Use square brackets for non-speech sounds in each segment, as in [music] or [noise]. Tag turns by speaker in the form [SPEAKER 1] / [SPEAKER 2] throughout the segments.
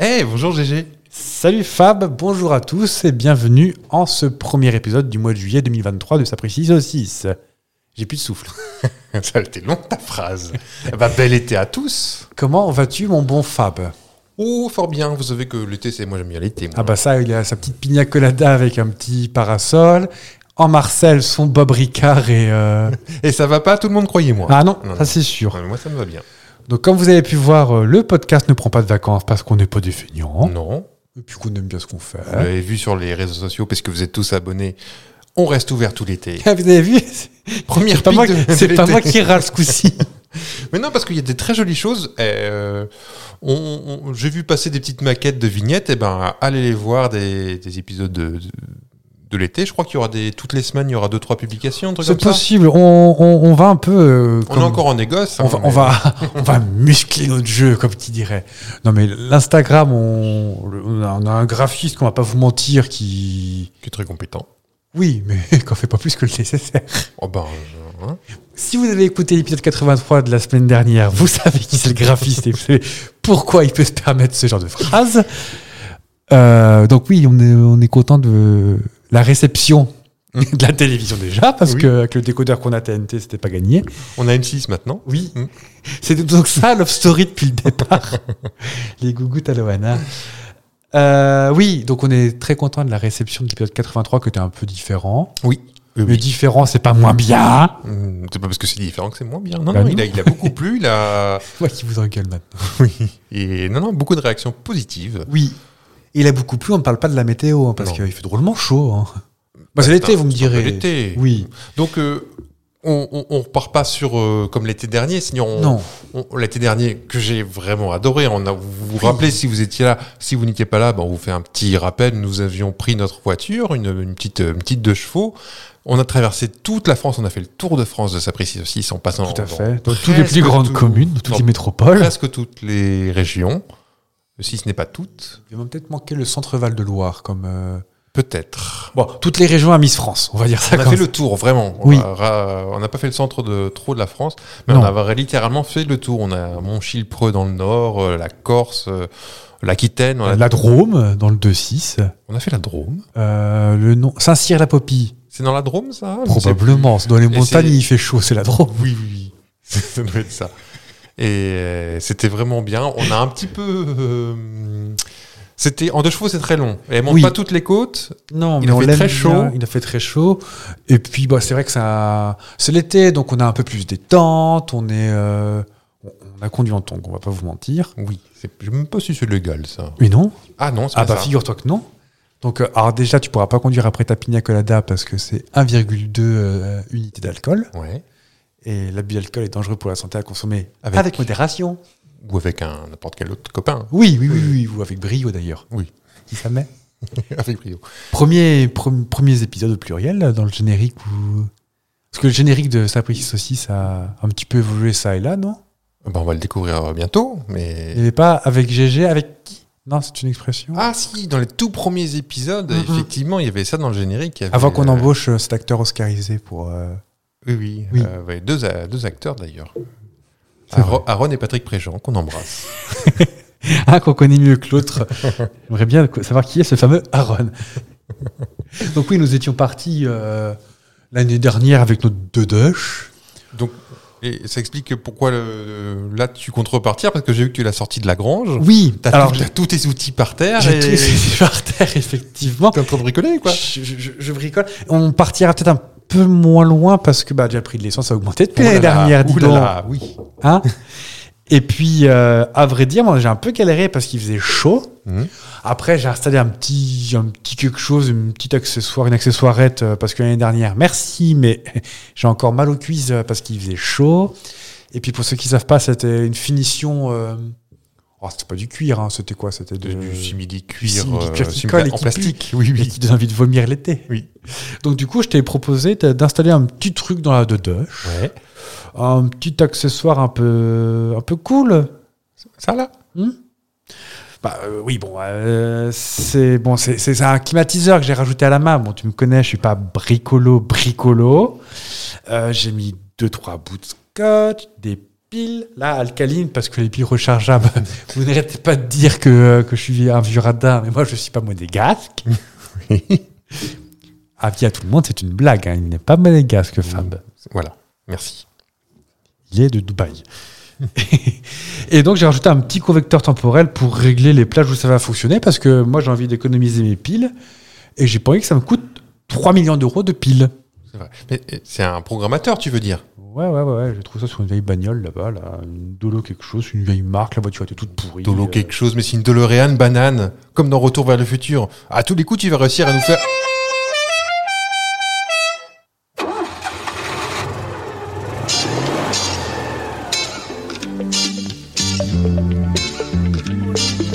[SPEAKER 1] Eh, bonjour GG.
[SPEAKER 2] Salut Fab, bonjour à tous et bienvenue en ce premier épisode du mois de juillet 2023 de Sapristi 6. J'ai plus de souffle.
[SPEAKER 1] [laughs]
[SPEAKER 2] [laughs]
[SPEAKER 1] Ça a été long ta phrase. Eh ben, bel été à tous.
[SPEAKER 2] Comment vas-tu mon bon Fab
[SPEAKER 1] Oh, fort bien. Vous savez que l'été, c'est moi, j'aime bien l'été. moi.
[SPEAKER 2] Ah bah ça, il a sa petite pina colada avec un petit parasol. En Marcel, son Bob Ricard et... euh,
[SPEAKER 1] Et ça va pas, tout le monde, croyez-moi.
[SPEAKER 2] Ah non,
[SPEAKER 1] Non,
[SPEAKER 2] ça c'est sûr.
[SPEAKER 1] Ouais, Moi, ça me va bien.
[SPEAKER 2] Donc comme vous avez pu voir, euh, le podcast ne prend pas de vacances parce qu'on n'est pas des feignants.
[SPEAKER 1] Non.
[SPEAKER 2] Et puis qu'on aime bien ce qu'on fait.
[SPEAKER 1] Vous l'avez vu sur les réseaux sociaux, parce que vous êtes tous abonnés. On reste ouvert tout
[SPEAKER 2] [laughs]
[SPEAKER 1] l'été.
[SPEAKER 2] [laughs] Ah, vous avez vu
[SPEAKER 1] Première
[SPEAKER 2] C'est pas,
[SPEAKER 1] pique
[SPEAKER 2] moi,
[SPEAKER 1] de- de
[SPEAKER 2] c'est pas
[SPEAKER 1] l'été.
[SPEAKER 2] moi qui râle ce
[SPEAKER 1] [laughs]
[SPEAKER 2] coup-ci.
[SPEAKER 1] Mais non, parce qu'il y a des très jolies choses. Euh, on- on- J'ai vu passer des petites maquettes de vignettes. Et ben, allez les voir des, des épisodes de, de, de l'été. Je crois qu'il y aura des toutes les semaines, il y aura deux trois publications, un truc
[SPEAKER 2] C'est
[SPEAKER 1] comme ça.
[SPEAKER 2] possible, on, on- on va un peu... euh,
[SPEAKER 1] On
[SPEAKER 2] comme-
[SPEAKER 1] est encore en négoce.
[SPEAKER 2] On
[SPEAKER 1] hein,
[SPEAKER 2] va,
[SPEAKER 1] mais-
[SPEAKER 2] on, va, on va muscler notre jeu, comme tu dirais. Non, mais l'Instagram, on, le- on a, on a un graphiste qu'on va pas vous mentir qui.
[SPEAKER 1] qui est très compétent.
[SPEAKER 2] Oui, mais [laughs] qu'on fait pas plus que le nécessaire.
[SPEAKER 1] Oh ben, je- hein.
[SPEAKER 2] Si vous avez écouté l'épisode 83 de la semaine dernière, vous savez qui c'est le graphiste et vous savez pourquoi il peut se permettre ce genre de phrase. Euh, donc, oui, on est, on est content de la réception [laughs] de la télévision déjà, parce
[SPEAKER 1] Oui.
[SPEAKER 2] que avec le décodeur qu'on a TNT, c'était pas gagné.
[SPEAKER 1] on a M6 maintenant.
[SPEAKER 2] Oui.
[SPEAKER 1] Mm.
[SPEAKER 2] C'était donc ça, Love Story, depuis le
[SPEAKER 1] [laughs]
[SPEAKER 2] départ. Les gougouttes à Loana. Euh, oui, donc on est très content de la réception de l'épisode 83 qui était un peu différent.
[SPEAKER 1] Oui.
[SPEAKER 2] Mais différent, c'est pas
[SPEAKER 1] [laughs]
[SPEAKER 2] moins bien.
[SPEAKER 1] Hum, C'est pas parce que c'est différent que c'est moins bien. Non, non,
[SPEAKER 2] Bah non.
[SPEAKER 1] il a, il a beaucoup plu. Il a...
[SPEAKER 2] Moi qui vous engueule maintenant.
[SPEAKER 1] Et non, non, beaucoup de réactions positives.
[SPEAKER 2] Oui. Il a beaucoup plu, on ne parle pas de la météo, hein, parce
[SPEAKER 1] Non.
[SPEAKER 2] qu'il fait drôlement chaud. hein. Bah, c'est l'été,
[SPEAKER 1] Putain,
[SPEAKER 2] vous me
[SPEAKER 1] c'est un peu
[SPEAKER 2] direz.
[SPEAKER 1] L'été.
[SPEAKER 2] Oui.
[SPEAKER 1] Donc, euh, on, on, on repart pas sur euh, comme l'été dernier. Sinon, on-
[SPEAKER 2] Non.
[SPEAKER 1] on- l'été dernier que j'ai vraiment adoré. On a, vous vous rappelez si vous étiez là, si vous n'étiez pas là, ben on vous fait un petit rappel. Nous avions pris notre voiture, une, une petite une petite deux chevaux. On a traversé toute la France. On a fait le tour de France de Sapristi aussi, en passant
[SPEAKER 2] Tout à
[SPEAKER 1] dans
[SPEAKER 2] fait. Dans
[SPEAKER 1] presque
[SPEAKER 2] toutes les plus grandes
[SPEAKER 1] tout-
[SPEAKER 2] communes, dans toutes
[SPEAKER 1] dans
[SPEAKER 2] les métropoles.
[SPEAKER 1] presque toutes les régions, si ce n'est pas toutes,
[SPEAKER 2] Il va peut-être manquer le centre-val de Loire comme. euh,
[SPEAKER 1] peut-être.
[SPEAKER 2] Bon, toutes les régions à Miss France, on va dire ça
[SPEAKER 1] On a
[SPEAKER 2] comme
[SPEAKER 1] fait le tour, vraiment.
[SPEAKER 2] Oui.
[SPEAKER 1] On a ra- On n'a pas fait le centre de trop de la France, mais
[SPEAKER 2] Non.
[SPEAKER 1] on a littéralement fait le tour. On a Montchilpreux dans le nord, euh, la Corse, euh, l'Aquitaine. On, a-
[SPEAKER 2] La Drôme, Euh, dans le 2-6.
[SPEAKER 1] on a fait la Drôme.
[SPEAKER 2] Euh, le nom Saint-Cyr-la-Popie.
[SPEAKER 1] C'est dans la Drôme, ça hein, Je sais plus.
[SPEAKER 2] Probablement. C'est dans les
[SPEAKER 1] c'est-
[SPEAKER 2] montagnes, il fait chaud, c'est la Drôme.
[SPEAKER 1] Oui, oui, [laughs] oui. ça doit être ça. Et euh, c'était vraiment bien. On a un petit peu. euh, c'était en deux chevaux, c'est très long. Et elle monte
[SPEAKER 2] Oui.
[SPEAKER 1] pas toutes les côtes.
[SPEAKER 2] Non,
[SPEAKER 1] Il a fait
[SPEAKER 2] l'aime
[SPEAKER 1] très
[SPEAKER 2] bien,
[SPEAKER 1] chaud.
[SPEAKER 2] Il a fait très chaud. Et puis, bah, c'est vrai que ça, c'est l'été, donc on a un peu plus détente. On est, euh, on on a conduit en tong, on va pas vous mentir.
[SPEAKER 1] Oui, c'est- je ne sais même pas si c'est légal ça.
[SPEAKER 2] Mais non.
[SPEAKER 1] Ah non, c'est
[SPEAKER 2] Ah
[SPEAKER 1] pas
[SPEAKER 2] bah
[SPEAKER 1] ça.
[SPEAKER 2] figure-toi que non. Donc, euh, alors déjà, tu pourras pas conduire après ta pina colada parce que c'est 1,2 euh, unité d'alcool.
[SPEAKER 1] Ouais.
[SPEAKER 2] Et l'abus d'alcool est dangereux pour la santé à consommer
[SPEAKER 1] Avec-
[SPEAKER 2] avec modération.
[SPEAKER 1] Ou avec un n'importe quel autre copain. [laughs]
[SPEAKER 2] Oui, oui, oui, oui, ou avec brio d'ailleurs.
[SPEAKER 1] Oui.
[SPEAKER 2] Si ça met.
[SPEAKER 1] avec brio.
[SPEAKER 2] Premier, prom- premiers épisodes au pluriel là, dans le générique où. Parce que le générique de Sapristi aussi, ça a un petit peu évolué ça et là, non
[SPEAKER 1] Ben, on va le découvrir bientôt, mais...
[SPEAKER 2] Il n'y avait pas avec GG, avec qui Non, c'est une expression.
[SPEAKER 1] Ah si, dans les tout premiers épisodes,
[SPEAKER 2] Mhm.
[SPEAKER 1] effectivement, il y avait ça dans le générique. il y avait,
[SPEAKER 2] Avant qu'on
[SPEAKER 1] euh,
[SPEAKER 2] embauche euh, cet acteur oscarisé pour. [laughs] euh,
[SPEAKER 1] Oui, oui.
[SPEAKER 2] Oui.
[SPEAKER 1] euh, ouais, deux, a- deux acteurs d'ailleurs.
[SPEAKER 2] C'est
[SPEAKER 1] Aaron, Aaron et Patrick Préjean, qu'on embrasse.
[SPEAKER 2] Un Ah, qu'on connaît mieux que [laughs] l'autre. J'aimerais bien savoir qui est ce fameux Aaron. [laughs] Donc, oui, nous étions partis euh, l'année dernière avec notre Dodoche.
[SPEAKER 1] Donc, et ça explique pourquoi le- là tu comptes repartir, parce que j'ai vu que tu l'as sorti de la grange.
[SPEAKER 2] Oui,
[SPEAKER 1] T'as
[SPEAKER 2] alors
[SPEAKER 1] tout- t'as tous tes outils par terre.
[SPEAKER 2] j'ai
[SPEAKER 1] et-
[SPEAKER 2] tout laissé [laughs] par terre, effectivement.
[SPEAKER 1] [laughs] T'es en train de bricoler,
[SPEAKER 2] [laughs]
[SPEAKER 1] quoi
[SPEAKER 2] je, je- je- je bricole. On partira peut-être un peu moins loin parce que bah, déjà le prix de l'essence a augmenté depuis l'année
[SPEAKER 1] Oulala,
[SPEAKER 2] dernière, dis donc.
[SPEAKER 1] Eh oulala, oh oui.
[SPEAKER 2] Hein Et puis, euh, à vrai dire, moi j'ai un peu galéré parce qu'il faisait chaud.
[SPEAKER 1] Mhm.
[SPEAKER 2] Après, j'ai installé un petit, un petit quelque chose, une petite accessoire, une accessoirette euh, parce que l'année dernière, merci, mais [laughs] j'ai encore mal aux cuisses euh, parce qu'il faisait chaud. Et puis, pour ceux qui savent pas, c'était une finition. euh, Oh, c'était pas du cuir, hein, c'était quoi C'était de-
[SPEAKER 1] De- Du simili-cuir
[SPEAKER 2] simili-cuir
[SPEAKER 1] euh,
[SPEAKER 2] qui
[SPEAKER 1] simili-
[SPEAKER 2] colle et
[SPEAKER 1] en
[SPEAKER 2] qui pue.
[SPEAKER 1] plastique. Oui,
[SPEAKER 2] et
[SPEAKER 1] oui.
[SPEAKER 2] qui donne envie de vomir l'été.
[SPEAKER 1] Oui.
[SPEAKER 2] Donc du coup, je t'ai proposé de- d'installer un petit truc dans la dodoche,
[SPEAKER 1] Ouais.
[SPEAKER 2] un petit accessoire un peu un peu cool.
[SPEAKER 1] Ça, là
[SPEAKER 2] Bah euh, oui, bon, euh, c'est bon, c'est c'est un climatiseur que j'ai rajouté à la main. Bon, tu me connais, je suis pas bricolo bricolo. Euh, j'ai mis deux trois bouts de scotch, des piles, là, alcalines, parce que les piles rechargeables, [laughs] vous n'arrêtez pas de dire que, que je suis un vieux radin, mais moi, je suis pas monégasque. Avis à tout le monde, c'est une blague, hein, il n'est pas monégasque, Fab.
[SPEAKER 1] Voilà, merci.
[SPEAKER 2] Il est de Dubaï. [laughs] et donc j'ai rajouté un petit convecteur temporel pour régler les plages où ça va fonctionner parce que moi j'ai envie d'économiser mes piles et j'ai pas envie que ça me coûte 3 millions d'euros de piles.
[SPEAKER 1] C'est vrai. Mais euh, c'est un programmateur, tu veux dire
[SPEAKER 2] Ouais, ouais, ouais, ouais, j'ai trouvé ça sur une vieille bagnole là-bas, là, une Dolo quelque chose, une vieille marque, la voiture était toute pourrie.
[SPEAKER 1] Dolo
[SPEAKER 2] euh,
[SPEAKER 1] quelque chose, mais c'est une DeLorean banane, comme dans Retour vers le futur. À tous les coups, tu vas réussir à nous faire.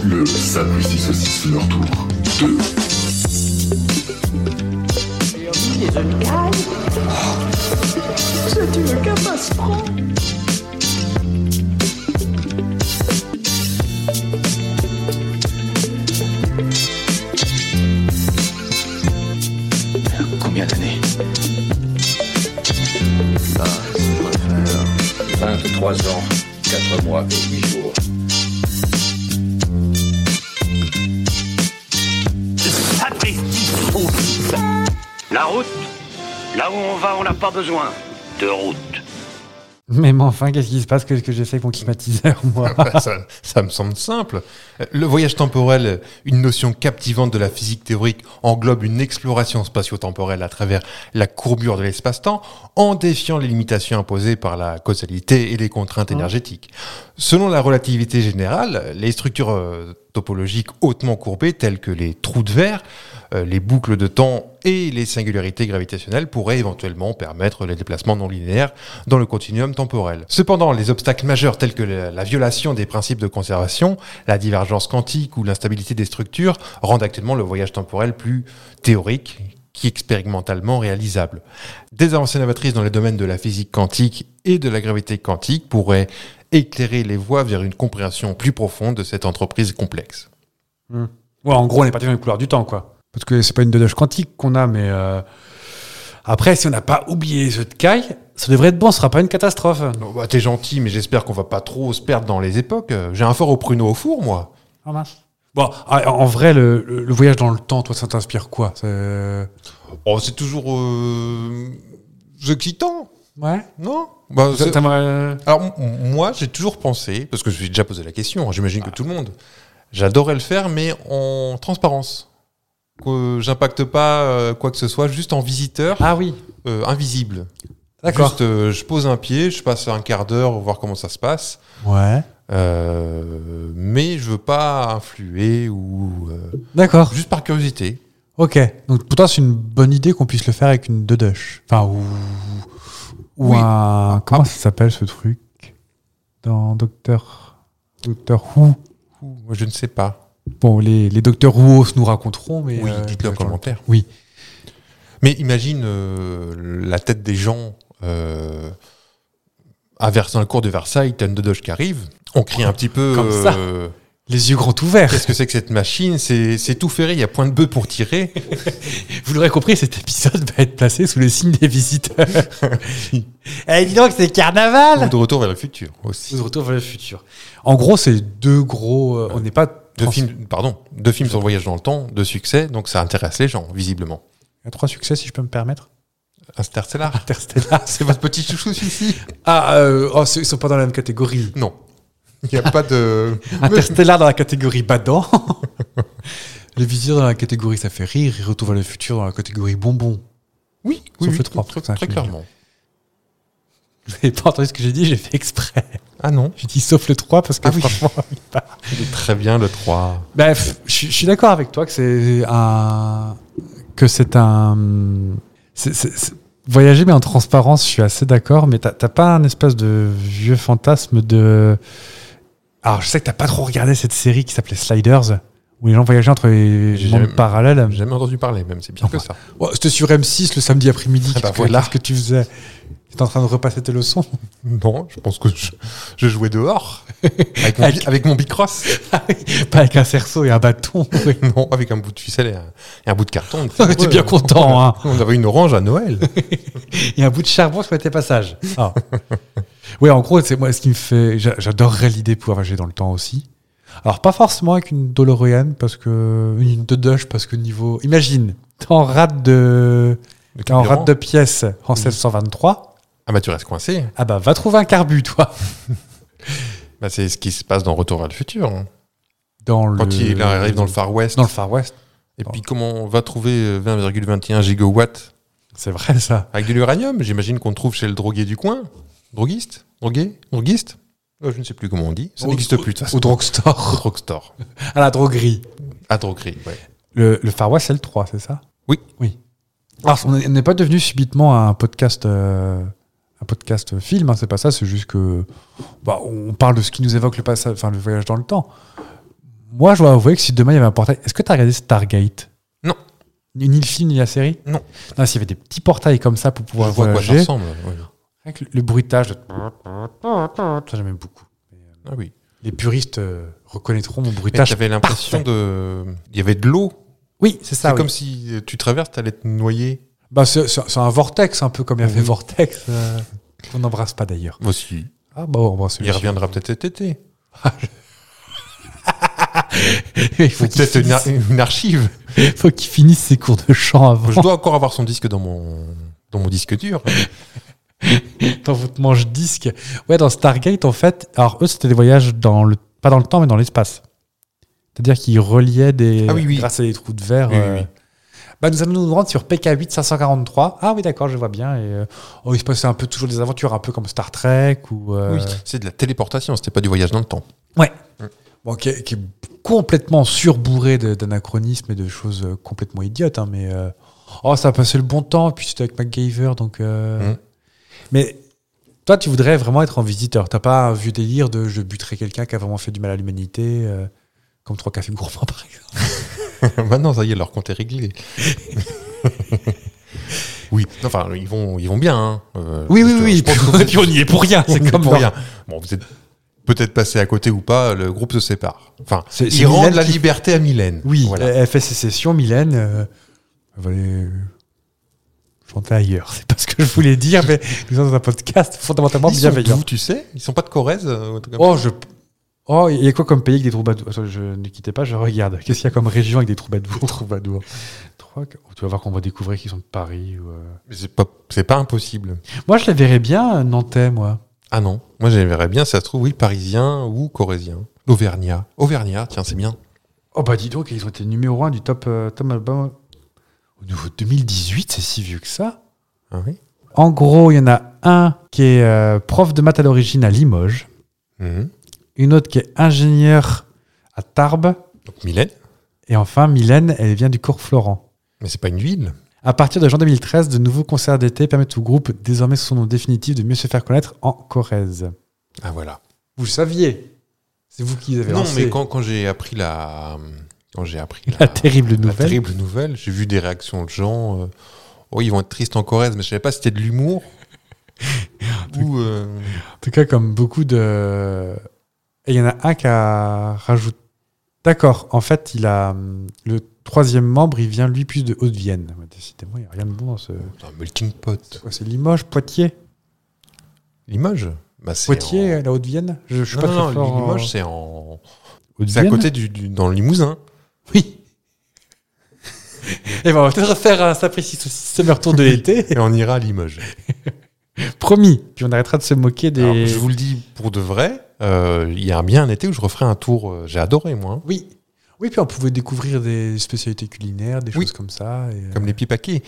[SPEAKER 3] Le Sapristi Saucisse leur tour. Deux.
[SPEAKER 4] C'est une catastrophe.
[SPEAKER 5] Combien d'années
[SPEAKER 6] 23 ans, 4 mois et 8 jours.
[SPEAKER 5] Sapristi, saucisse. La route Là où on va, on n'a pas besoin de route.
[SPEAKER 2] Mais mais enfin, qu'est-ce qui se passe Qu'est-ce que j'ai fait avec mon climatiseur, moi
[SPEAKER 1] Bah, [laughs] ça, ça me semble simple. Euh, Le voyage temporel, une notion captivante de la physique théorique, englobe une exploration spatio-temporelle à travers la courbure de l'espace-temps, en défiant les limitations imposées par la causalité et les contraintes énergétiques. Selon la relativité générale, les structures euh, topologiques hautement courbées, telles que les trous de verre, euh, les boucles de temps et les singularités gravitationnelles pourraient éventuellement permettre les déplacements non linéaires dans le continuum temporel. Cependant, les obstacles majeurs tels que la, la violation des principes de conservation, la divergence quantique ou l'instabilité des structures rendent actuellement le voyage temporel plus théorique qui expérimentalement réalisable. Des avancées novatrices dans les domaines de la physique quantique et de la gravité quantique pourraient éclairer les voies vers une compréhension plus profonde de cette entreprise complexe.
[SPEAKER 2] [laughs] Ouais, en gros, on est parti dans les couloirs du temps, quoi. Parce que c'est pas une dodoche quantique qu'on a, mais euh, après, si on n'a pas oublié les œufs de caille, ça devrait être bon, ce sera pas une catastrophe.
[SPEAKER 1] Oh, bah, T'es gentil, mais j'espère qu'on va pas trop se perdre dans les époques. Euh, J'ai un fort au pruneau au four, moi.
[SPEAKER 2] Ah, mince. Bon, ah, en vrai, le, le- le voyage dans le temps, toi, ça euh, t'inspire quoi C'est-
[SPEAKER 1] Oh, c'est toujours euh, excitant,
[SPEAKER 2] Ouais
[SPEAKER 1] non Bah,
[SPEAKER 2] Ça- euh,
[SPEAKER 1] c'est-
[SPEAKER 2] ça m'a-
[SPEAKER 1] Alors m- moi, j'ai toujours pensé, parce que je me suis déjà posé la question, hein, j'imagine que tout le monde, j'adorais le faire, mais en transparence. Que j'impacte pas euh, quoi que ce soit, juste en visiteur
[SPEAKER 2] Ah oui,
[SPEAKER 1] euh, invisible.
[SPEAKER 2] d'accord.
[SPEAKER 1] Juste, euh, je pose un pied, je passe un quart d'heure, voir comment ça se passe.
[SPEAKER 2] Ouais.
[SPEAKER 1] Euh, mais je veux pas influer ou euh,
[SPEAKER 2] D'accord.
[SPEAKER 1] juste par curiosité.
[SPEAKER 2] Ok. Donc pour toi, c'est une bonne idée qu'on puisse le faire avec une dodoche. Enfin, ou, ou
[SPEAKER 1] Oui.
[SPEAKER 2] un. Comment ça s'appelle ce truc Dans Docteur. Docteur Who.
[SPEAKER 1] Ouh, moi, je ne sais pas.
[SPEAKER 2] Bon, les, les Docteur Who nous raconteront, mais.
[SPEAKER 1] oui,
[SPEAKER 2] euh,
[SPEAKER 1] dites-le en
[SPEAKER 2] Docteur-
[SPEAKER 1] commentaire.
[SPEAKER 2] Oui.
[SPEAKER 1] Mais imagine euh, la tête des gens euh, à Vers dans le cours de Versailles, t'as une dodoche qui arrive. On crie un petit peu.
[SPEAKER 2] Comme ça.
[SPEAKER 1] euh,
[SPEAKER 2] Les yeux grands ouverts.
[SPEAKER 1] Qu'est-ce que c'est que cette machine C'est c'est tout ferré. Il y a point de bœuf pour
[SPEAKER 2] [laughs]
[SPEAKER 1] tirer.
[SPEAKER 2] [laughs] Vous l'aurez compris, cet épisode va être placé sous le signe des visiteurs. [laughs] Eh, dis donc, c'est
[SPEAKER 1] Ou
[SPEAKER 2] carnaval
[SPEAKER 1] de retour vers le futur aussi.
[SPEAKER 2] Vous retour vers le futur. En gros, c'est deux gros. euh, on n'est pas.
[SPEAKER 1] Deux
[SPEAKER 2] trans-
[SPEAKER 1] films, pardon, deux films sur le voyage dans le temps, de succès. Donc ça intéresse les gens visiblement.
[SPEAKER 2] Il y a trois succès, si je peux me permettre.
[SPEAKER 1] Interstellar,
[SPEAKER 2] Interstellar.
[SPEAKER 1] [laughs] c'est votre petit chouchou celui-ci.
[SPEAKER 2] Ah, euh, oh, ceux- ils sont pas dans la même catégorie.
[SPEAKER 1] Non. Il n'y a pas de.
[SPEAKER 2] [laughs] Interstellar dans la catégorie badant. [laughs] Les visières dans la catégorie ça fait rire. Et Retour vers le futur dans la catégorie bonbon.
[SPEAKER 1] Oui,
[SPEAKER 2] Sauf le trois,
[SPEAKER 1] très,
[SPEAKER 2] ça,
[SPEAKER 1] très
[SPEAKER 2] je me
[SPEAKER 1] clairement.
[SPEAKER 2] Vous n'avez pas entendu ce que j'ai dit, j'ai fait exprès.
[SPEAKER 1] Ah non.
[SPEAKER 2] J'ai dit sauf le 3 parce que
[SPEAKER 1] Ah oui.
[SPEAKER 2] franchement.
[SPEAKER 1] Très bien, le 3.
[SPEAKER 2] Bref, Ben, je suis- je suis d'accord avec toi que c'est un. Que c'est un. c'est- c'est- c'est- Voyager, mais en transparence, je suis assez d'accord, mais t'as t'as pas un espèce de vieux fantasme de. Alors, je sais que t'as pas trop regardé cette série qui s'appelait Sliders, où les gens voyageaient entre les
[SPEAKER 1] J'ai
[SPEAKER 2] mondes
[SPEAKER 1] jamais-
[SPEAKER 2] parallèles.
[SPEAKER 1] J'ai jamais entendu parler, même, c'est bien que ça.
[SPEAKER 2] Ouais, C'était sur M6 le samedi après-midi.
[SPEAKER 1] Ah bah
[SPEAKER 2] Qu'est-ce que-
[SPEAKER 1] voilà.
[SPEAKER 2] Qu'est-ce que tu faisais T'es en train de repasser tes leçons
[SPEAKER 1] Non,
[SPEAKER 2] [laughs]
[SPEAKER 1] je pense que je, je jouais dehors. Avec mon,
[SPEAKER 2] Avec-
[SPEAKER 1] bi- avec mon bicross. [laughs]
[SPEAKER 2] Pas avec un cerceau et un bâton. ouais.
[SPEAKER 1] Non, avec un bout de ficelle et un, et un bout de
[SPEAKER 2] [laughs]
[SPEAKER 1] carton.
[SPEAKER 2] T'es bien content, hein.
[SPEAKER 1] On avait une orange à Noël.
[SPEAKER 2] Et un bout de charbon sur tes passages. Ah. ouais, en gros, c'est moi ce qui me fait. j'a- J'adorerais l'idée de pouvoir voyager dans le temps aussi. Alors, pas forcément avec une DeLorean, parce que. Une Dodoche, parce que niveau. Imagine, t'es en rate de.
[SPEAKER 1] Le
[SPEAKER 2] t'es en
[SPEAKER 1] carburant. Mhm.
[SPEAKER 2] rate de pièces en 723.
[SPEAKER 1] Ah bah tu restes coincé.
[SPEAKER 2] Ah bah, va trouver un carbu, toi.
[SPEAKER 1] Bah, c'est ce qui se passe dans Retour vers le futur. hein.
[SPEAKER 2] Dans
[SPEAKER 1] Quand
[SPEAKER 2] le...
[SPEAKER 1] il arrive dans le Far West.
[SPEAKER 2] Dans le Far West.
[SPEAKER 1] Et puis comment on va trouver euh, 20,21 gigawatts
[SPEAKER 2] C'est vrai, ça.
[SPEAKER 1] avec de l'uranium J'imagine qu'on trouve chez le drogué du coin. Droguiste Drogué Droguiste Euh, Je ne sais plus comment on dit. Ça
[SPEAKER 2] Au-
[SPEAKER 1] n'existe plus de toute façon.
[SPEAKER 2] Au drugstore.
[SPEAKER 1] Au drugstore.
[SPEAKER 2] À la droguerie.
[SPEAKER 1] À droguerie, ouais.
[SPEAKER 2] Le, le Far West, c'est le 3, c'est ça
[SPEAKER 1] Oui.
[SPEAKER 2] Oui. Alors, on n'est pas devenu subitement un podcast, euh, un podcast film, hein, c'est pas ça, c'est juste que bah, on parle de ce qui nous évoque le, passage, enfin, le voyage dans le temps. Moi, je dois avouer que si demain il y avait un portail. Est-ce que tu as regardé Stargate
[SPEAKER 1] Non.
[SPEAKER 2] Ni ni le film, ni la série
[SPEAKER 1] Non.
[SPEAKER 2] Non, s'il y avait des petits portails comme ça pour
[SPEAKER 1] Je
[SPEAKER 2] pouvoir
[SPEAKER 1] vois à quoi ça
[SPEAKER 2] voyager.
[SPEAKER 1] ressemble. ouais.
[SPEAKER 2] Avec le, le bruitage. de- Ça, j'aime beaucoup.
[SPEAKER 1] Ah oui.
[SPEAKER 2] Les puristes euh, reconnaîtront mon
[SPEAKER 1] Mais
[SPEAKER 2] bruitage.
[SPEAKER 1] t'avais l'impression de... Il y avait de l'eau.
[SPEAKER 2] Oui, c'est
[SPEAKER 1] C'est
[SPEAKER 2] ça. oui.
[SPEAKER 1] comme si euh, tu traverses, t'allais te noyer.
[SPEAKER 2] Bah, c'est c'est- c'est un vortex, un peu comme il y avait Vortex, euh, qu'on n'embrasse pas d'ailleurs.
[SPEAKER 1] Aussi.
[SPEAKER 2] Ah bah on embrasse
[SPEAKER 1] Il reviendra peut-être cet été.
[SPEAKER 2] Il faut
[SPEAKER 1] Ou
[SPEAKER 2] qu'il
[SPEAKER 1] peut-être une,
[SPEAKER 2] finisse,
[SPEAKER 1] ar- une archive.
[SPEAKER 2] [laughs] faut qu'il finisse ses cours de chant avant.
[SPEAKER 1] Je dois encore avoir son disque dans mon, dans mon disque dur.
[SPEAKER 2] [laughs] Dans votre manche disque. Ouais, dans Stargate, en fait, alors eux, c'était des voyages dans le, pas dans le temps, mais dans l'espace. C'est-à-dire qu'ils reliaient des,
[SPEAKER 1] Ah oui, oui.
[SPEAKER 2] grâce à des trous de verre.
[SPEAKER 1] Oui, oui,
[SPEAKER 2] euh,
[SPEAKER 1] oui.
[SPEAKER 2] Bah, nous allons nous rendre sur PK8 543. Ah oui, d'accord, je vois bien. Et, euh, oh, il se passait un peu toujours des aventures, un peu comme Star Trek ou. euh,
[SPEAKER 1] Oui, c'est de la téléportation, c'était pas du voyage dans le temps. [laughs]
[SPEAKER 2] Ouais. Mm. Bon, qui, est, qui est complètement surbourré de- d'anachronismes et de choses euh, complètement idiotes, hein, mais euh, oh, ça a passé le bon temps, puis c'était avec MacGyver, donc. euh,
[SPEAKER 1] Mm.
[SPEAKER 2] Mais toi, tu voudrais vraiment être en visiteur. T'as pas un vieux délire de je buterai quelqu'un qui a vraiment fait du mal à l'humanité, euh, comme trois cafés gourmands [laughs] par exemple.
[SPEAKER 1] Maintenant, ça y est, leur compte est
[SPEAKER 2] [laughs]
[SPEAKER 1] réglé. oui, enfin, ils vont, ils vont bien. hein. Euh, juste, je pense que vous êtes-
[SPEAKER 2] puis on y est pour rien,
[SPEAKER 1] on y
[SPEAKER 2] c'est
[SPEAKER 1] est
[SPEAKER 2] comme
[SPEAKER 1] pour
[SPEAKER 2] dans-
[SPEAKER 1] rien. Bon, vous êtes peut-être passé à côté ou pas, le groupe se sépare. Enfin,
[SPEAKER 2] C'est- c'est
[SPEAKER 1] ils rendent
[SPEAKER 2] Mylène
[SPEAKER 1] la
[SPEAKER 2] qui-
[SPEAKER 1] liberté à Mylène.
[SPEAKER 2] Oui,
[SPEAKER 1] Voilà.
[SPEAKER 2] elle fait sécession, Mylène. euh, elle va aller euh, chanter ailleurs. [laughs] C'est pas ce que je voulais dire, mais nous sommes dans un podcast fondamentalement
[SPEAKER 1] Ils sont
[SPEAKER 2] bienveillant.
[SPEAKER 1] d'où, tu sais Ils sont pas de Corrèze euh, ou un truc comme
[SPEAKER 2] Oh, je. Oh, il y a quoi comme pays avec des troubadours Attends, je ne quittez pas, je regarde. Qu'est-ce qu'il y a comme région avec des troubadours Troubadours. Trois, qu- oh, tu vas voir qu'on va découvrir qu'ils sont de Paris. ou, euh.
[SPEAKER 1] ça. C'est pas, c'est pas impossible.
[SPEAKER 2] Moi, je les verrais bien, euh, Nantais, moi.
[SPEAKER 1] Ah non, moi j'aimerais bien, ça se trouve, oui, parisien ou corrézien. Auvergnat. Auvergnat, tiens, c'est bien.
[SPEAKER 2] Oh, bah dis donc, ils ont été numéro 1 du top, euh, top album. Au niveau 2018, c'est si vieux que ça.
[SPEAKER 1] Ah oui
[SPEAKER 2] En gros, il y en a un qui est euh, prof de maths à l'origine à Limoges,
[SPEAKER 1] Mhm.
[SPEAKER 2] une autre qui est ingénieur à Tarbes,
[SPEAKER 1] Donc Mylène,
[SPEAKER 2] et enfin, Mylène, elle vient du Cours Florent.
[SPEAKER 1] mais c'est pas une ville.
[SPEAKER 2] À partir de juin 2013, de nouveaux concerts d'été permettent au groupe, désormais sous son nom définitif, de mieux se faire connaître en Corrèze.
[SPEAKER 1] Ah voilà.
[SPEAKER 2] Vous le saviez C'est vous qui les avez
[SPEAKER 1] Non,
[SPEAKER 2] lancé.
[SPEAKER 1] mais quand, quand j'ai appris la. euh, Quand j'ai appris la,
[SPEAKER 2] La terrible
[SPEAKER 1] la
[SPEAKER 2] nouvelle.
[SPEAKER 1] terrible nouvelle, j'ai vu des réactions de gens. euh, oh, ils vont être tristes en Corrèze, mais je savais pas si c'était de
[SPEAKER 2] [laughs]
[SPEAKER 1] l'humour. ou. euh,
[SPEAKER 2] En tout cas, comme beaucoup de... Et il y en a un qui a rajouté... D'accord, en fait, il a... hum, Le troisième membre, il vient lui plus de Haute-Vienne. Ouais, Décidément, il n'y a rien de bon dans ce...
[SPEAKER 1] un melting pot.
[SPEAKER 2] Quoi, C'est Limoges, Poitiers
[SPEAKER 1] Limoges bah, c'est
[SPEAKER 2] Poitiers,
[SPEAKER 1] en-
[SPEAKER 2] la Haute-Vienne Je ne suis
[SPEAKER 1] Non,
[SPEAKER 2] pas
[SPEAKER 1] non,
[SPEAKER 2] très fort en-
[SPEAKER 1] non, Limoges, c'est en. C'est à
[SPEAKER 2] Haute-Vienne
[SPEAKER 1] côté du, du- dans le Limousin.
[SPEAKER 2] Oui. Et ben, on va peut-être refaire un Sapristi Summer Tour
[SPEAKER 1] [laughs]
[SPEAKER 2] de l'été.
[SPEAKER 1] Et on ira à Limoges.
[SPEAKER 2] Promis. Puis on arrêtera de se moquer des.
[SPEAKER 1] Alors, je vous le dis pour de vrai, euh, il y a bien un été où je referai un tour. euh, J'ai adoré, moi. hein.
[SPEAKER 2] Oui. Oui, puis on pouvait découvrir des spécialités culinaires, des
[SPEAKER 1] Oui.
[SPEAKER 2] choses comme ça. et, euh,
[SPEAKER 1] Comme les petits [laughs] paquets.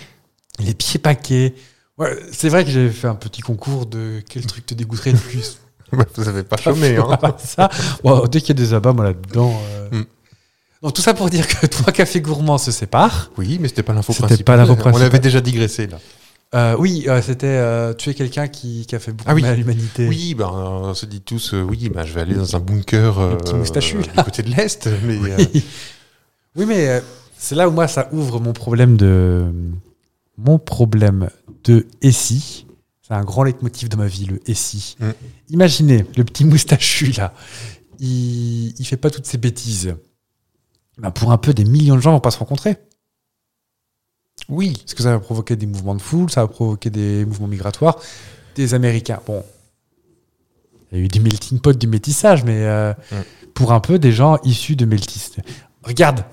[SPEAKER 2] les pieds paquets. Ouais, c'est vrai que j'avais fait un petit concours de quel truc te dégoûterait
[SPEAKER 1] [laughs]
[SPEAKER 2] le plus.
[SPEAKER 1] Bah, Vous avez pas
[SPEAKER 2] [laughs]
[SPEAKER 1] chômé. hein.
[SPEAKER 2] ça. Bon, dès qu'il y a des abats, moi là-dedans. euh.
[SPEAKER 1] Mm.
[SPEAKER 2] Donc tout ça pour dire que [laughs] trois cafés gourmands se séparent.
[SPEAKER 1] Oui, mais c'était pas l'info
[SPEAKER 2] C'était
[SPEAKER 1] principale.
[SPEAKER 2] pas l'info
[SPEAKER 1] On
[SPEAKER 2] principale.
[SPEAKER 1] avait déjà digressé là.
[SPEAKER 2] Euh, oui, euh, c'était euh, tuer quelqu'un qui, qui a fait beaucoup
[SPEAKER 1] Ah oui.
[SPEAKER 2] de mal à l'humanité.
[SPEAKER 1] Oui, ben, on se dit tous, euh, oui, ben, je vais aller dans un bunker euh,
[SPEAKER 2] petit moustachu,
[SPEAKER 1] euh, du côté de l'Est. Mais euh,
[SPEAKER 2] Oui, mais euh, c'est là où moi ça ouvre mon problème de mon problème de et si. Ça, C'est un grand leitmotiv de ma vie, le et si.
[SPEAKER 1] Mm.
[SPEAKER 2] Imaginez, le petit moustachu, là, il, il fait pas toutes ces bêtises. Bah, pour un peu, des millions de gens vont pas se rencontrer. Oui. Parce que ça va provoquer des mouvements de foule, ça va provoquer des mouvements migratoires, des Américains. Bon. Il y a eu du melting pot, du métissage, mais euh, pour un peu, des gens issus de métis. Regarde,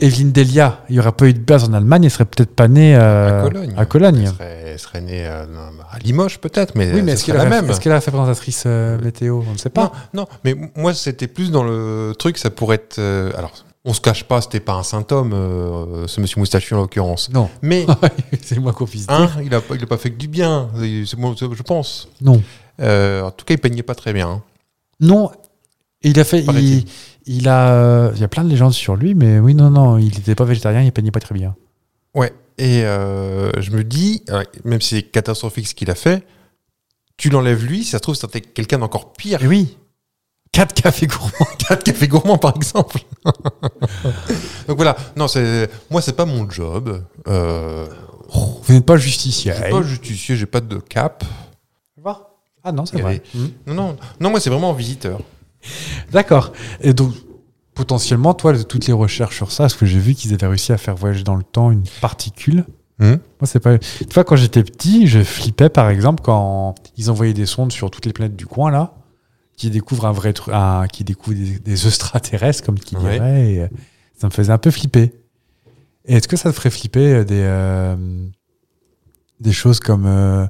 [SPEAKER 2] Evelyne Delia, il y aurait pas eu de base en Allemagne, elle serait peut-être pas née euh,
[SPEAKER 1] à Cologne.
[SPEAKER 2] à Cologne.
[SPEAKER 1] Elle serait, elle serait née à, euh, à Limoges peut-être, mais,
[SPEAKER 2] Oui, mais
[SPEAKER 1] ce
[SPEAKER 2] est-ce qu'elle
[SPEAKER 1] serait
[SPEAKER 2] a,
[SPEAKER 1] la même.
[SPEAKER 2] est-ce qu'elle a sa présentatrice euh, météo On ne sait
[SPEAKER 1] Non,
[SPEAKER 2] pas.
[SPEAKER 1] non, mais m- moi c'était plus dans le truc, ça pourrait être. euh, alors, on se cache pas, c'était pas un symptôme, euh, ce monsieur moustachu en l'occurrence.
[SPEAKER 2] Non. Ah.
[SPEAKER 1] Mais,
[SPEAKER 2] [laughs] c'est le moins qu'on puisse dire.
[SPEAKER 1] hein, il a, pas- il a pas fait que du bien, c'est- c'est moi, je pense.
[SPEAKER 2] non.
[SPEAKER 1] Euh, en tout cas, il peignait pas très bien. hein.
[SPEAKER 2] Non. Et il a fait. Il,
[SPEAKER 1] Paraît-il.
[SPEAKER 2] il a. euh, Il y a plein de légendes sur lui, mais oui, non, non, il n'était pas végétarien, il peignait pas très bien.
[SPEAKER 1] Ouais. Et euh, je me dis, euh, même si c'est catastrophique ce qu'il a fait, tu l'enlèves lui, si ça se trouve, c'était quelqu'un d'encore pire. [laughs]
[SPEAKER 2] Et oui. Quatre cafés gourmands.
[SPEAKER 1] Quatre cafés gourmands, par exemple. [laughs] Donc voilà. Non, c'est moi, c'est pas mon job. Euh,
[SPEAKER 2] Oh, Vous n'êtes pas
[SPEAKER 1] je
[SPEAKER 2] justicier.
[SPEAKER 1] suis pas justicier, j'ai pas de cap.
[SPEAKER 2] Ah non, c'est
[SPEAKER 1] Et-
[SPEAKER 2] vrai. Mhm.
[SPEAKER 1] Non, non, non, moi c'est vraiment visiteur.
[SPEAKER 2] D'accord. Et donc, potentiellement, toi, de toutes les recherches sur ça, parce que j'ai vu qu'ils avaient réussi à faire voyager dans le temps une particule.
[SPEAKER 1] Hmm.
[SPEAKER 2] Moi, c'est pas. Tu vois, quand j'étais petit, je flippais, par exemple, quand ils envoyaient des sondes sur toutes les planètes du coin, là, qui découvrent un vrai truc, un- qui découvrent des, des extraterrestres, comme qui
[SPEAKER 1] Ouais.
[SPEAKER 2] dirait. et, euh, ça me faisait un peu flipper. Et est-ce que ça te ferait flipper euh, des. euh, des choses comme euh,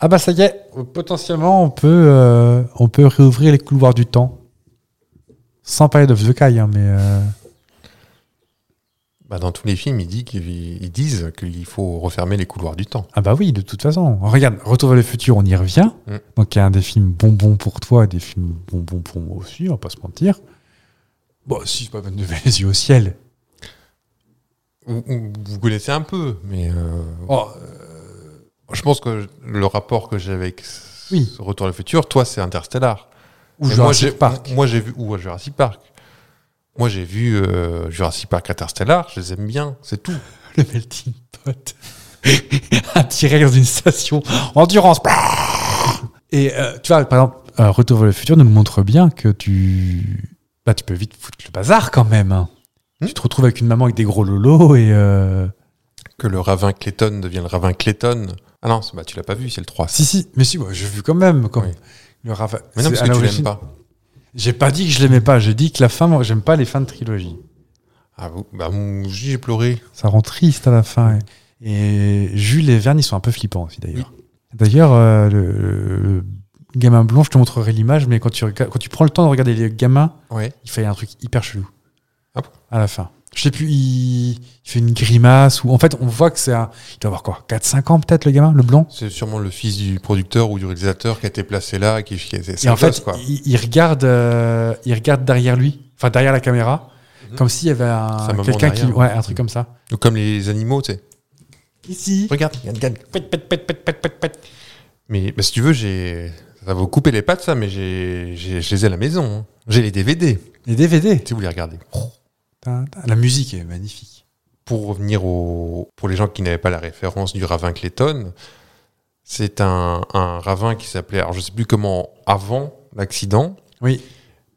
[SPEAKER 2] ah bah ça y est potentiellement on peut euh, on peut réouvrir les couloirs du temps sans parler d'Off the Kai, hein, mais. euh,
[SPEAKER 1] Bah, dans tous les films, ils, dit qu'ils- ils disent qu'il faut refermer les couloirs du temps.
[SPEAKER 2] Ah bah oui, de toute façon. Regarde, Retour vers le futur, on y revient.
[SPEAKER 1] Mm.
[SPEAKER 2] Donc il y a un des films bonbons pour toi et des films bonbons pour moi aussi, on va pas se mentir. Bon, si, c'est pas peine de lever les yeux au ciel.
[SPEAKER 1] Vous, vous connaissez un peu, mais euh,
[SPEAKER 2] Oh,
[SPEAKER 1] je pense que le rapport que j'ai avec ce
[SPEAKER 2] Oui.
[SPEAKER 1] Retour à le futur, toi, c'est Interstellar.
[SPEAKER 2] ou
[SPEAKER 1] Et
[SPEAKER 2] Jurassic
[SPEAKER 1] moi, j'ai-
[SPEAKER 2] Park.
[SPEAKER 1] Moi, j'ai vu ou Jurassic Park. Moi, j'ai vu euh, Jurassic Park, Interstellar. Je les aime bien, c'est tout.
[SPEAKER 2] Le melting pot. [laughs] Attiré dans une station. Endurance. Et euh, tu vois, par exemple, euh, Retour vers le futur nous montre bien que tu. Bah, tu peux vite foutre le bazar quand même. hein.
[SPEAKER 1] Mm.
[SPEAKER 2] Tu te retrouves avec une maman avec des gros lolos et. euh,
[SPEAKER 1] Que le ravin Clayton devienne le ravin Clayton. Ah non, c'est- bah, tu l'as pas vu, c'est le 3.
[SPEAKER 2] Si, si, mais si, moi, j'ai vu quand même. Comme
[SPEAKER 1] Oui.
[SPEAKER 2] le Rava-
[SPEAKER 1] Mais non,
[SPEAKER 2] c'est
[SPEAKER 1] parce
[SPEAKER 2] à
[SPEAKER 1] que tu
[SPEAKER 2] l'origine-
[SPEAKER 1] l'aimes pas.
[SPEAKER 2] J'ai pas dit que je l'aimais pas, j'ai dit que la fin, moi, j'aime pas les fins de trilogie.
[SPEAKER 1] Ah, vous, bah, mou- j'ai pleuré.
[SPEAKER 2] Ça rend triste à la fin. ouais. Et Jules et Verne, ils sont un peu flippants aussi, d'ailleurs. D'ailleurs, euh, le, le gamin blond, je te montrerai l'image, mais quand tu, rega- quand tu prends le temps de regarder les gamins,
[SPEAKER 1] Ouais.
[SPEAKER 2] il fait un truc hyper chelou.
[SPEAKER 1] Ah bon
[SPEAKER 2] à la fin. Je sais plus, il, il fait une grimace, ou en fait, on voit que c'est un. Il doit avoir quoi 4-5 ans, peut-être, le gamin, le blond
[SPEAKER 1] C'est sûrement le fils du producteur ou du réalisateur qui a été placé là et qui qui- c'est
[SPEAKER 2] Et
[SPEAKER 1] c'est
[SPEAKER 2] en
[SPEAKER 1] un gosse,
[SPEAKER 2] fait,
[SPEAKER 1] quoi.
[SPEAKER 2] il, il regarde, euh, il regarde derrière lui, enfin derrière la caméra,
[SPEAKER 1] Mhm.
[SPEAKER 2] comme s'il y avait un-
[SPEAKER 1] Sa maman
[SPEAKER 2] quelqu'un qui,
[SPEAKER 1] derrière. hein.
[SPEAKER 2] ouais, un truc comme ça.
[SPEAKER 1] Ou comme les animaux, tu sais.
[SPEAKER 2] Ici.
[SPEAKER 1] Regarde, regarde, regarde. Pet, pet, pet, pet, pet, pet, pet. Mais bah, si tu veux, j'ai. Ça va vous couper les pattes, ça, mais j'ai, j'ai- je les ai à la maison. hein. J'ai les DVD,
[SPEAKER 2] Les DVD.
[SPEAKER 1] si vous les regardez.
[SPEAKER 2] Tin, tin. La musique est magnifique.
[SPEAKER 1] Pour revenir au. Pour les gens qui n'avaient pas la référence du ravin Clayton, c'est un, un ravin qui s'appelait. Alors, je sais plus comment, avant l'accident,
[SPEAKER 2] Oui.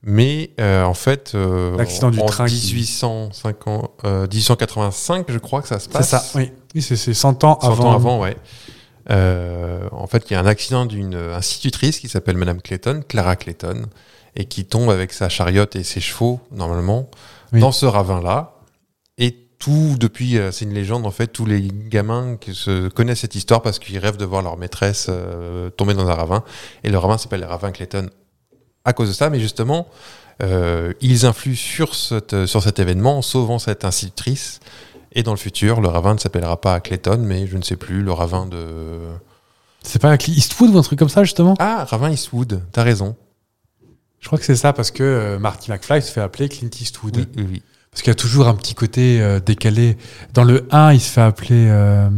[SPEAKER 1] Mais euh, en fait, euh,
[SPEAKER 2] L'accident du
[SPEAKER 1] en
[SPEAKER 2] train qui-
[SPEAKER 1] 1850, euh, 1885, je crois que ça se
[SPEAKER 2] C'est
[SPEAKER 1] passe.
[SPEAKER 2] ça. Oui. Oui, c'est c'est 100 ans
[SPEAKER 1] 100
[SPEAKER 2] avant.
[SPEAKER 1] ans avant, ouais. Euh, en fait, il y a un accident d'une institutrice qui s'appelle Madame Clayton, Clara Clayton, et qui tombe avec sa chariote et ses chevaux, normalement,
[SPEAKER 2] Oui.
[SPEAKER 1] dans ce ravin-là. Et tout, depuis, euh, c'est une légende, en fait, tous les gamins qui se connaissent cette histoire parce qu'ils rêvent de voir leur maîtresse euh, tomber dans un ravin. Et le ravin s'appelle le ravin Clayton à cause de ça, mais justement, euh, ils influent sur, cette- sur cet événement en sauvant cette institutrice. Et dans le futur, le ravin ne s'appellera pas Clayton, mais je ne sais plus, le ravin de.
[SPEAKER 2] C'est pas un Clint Eastwood ou un truc comme ça, justement
[SPEAKER 1] Ah, ravin Eastwood, t'as raison.
[SPEAKER 2] Je crois que c'est ça, parce que euh, Marty McFly se fait appeler Clint Eastwood.
[SPEAKER 1] Oui, oui, oui.
[SPEAKER 2] Parce qu'il y a toujours un petit côté euh, décalé. Dans le 1, il se fait appeler euh,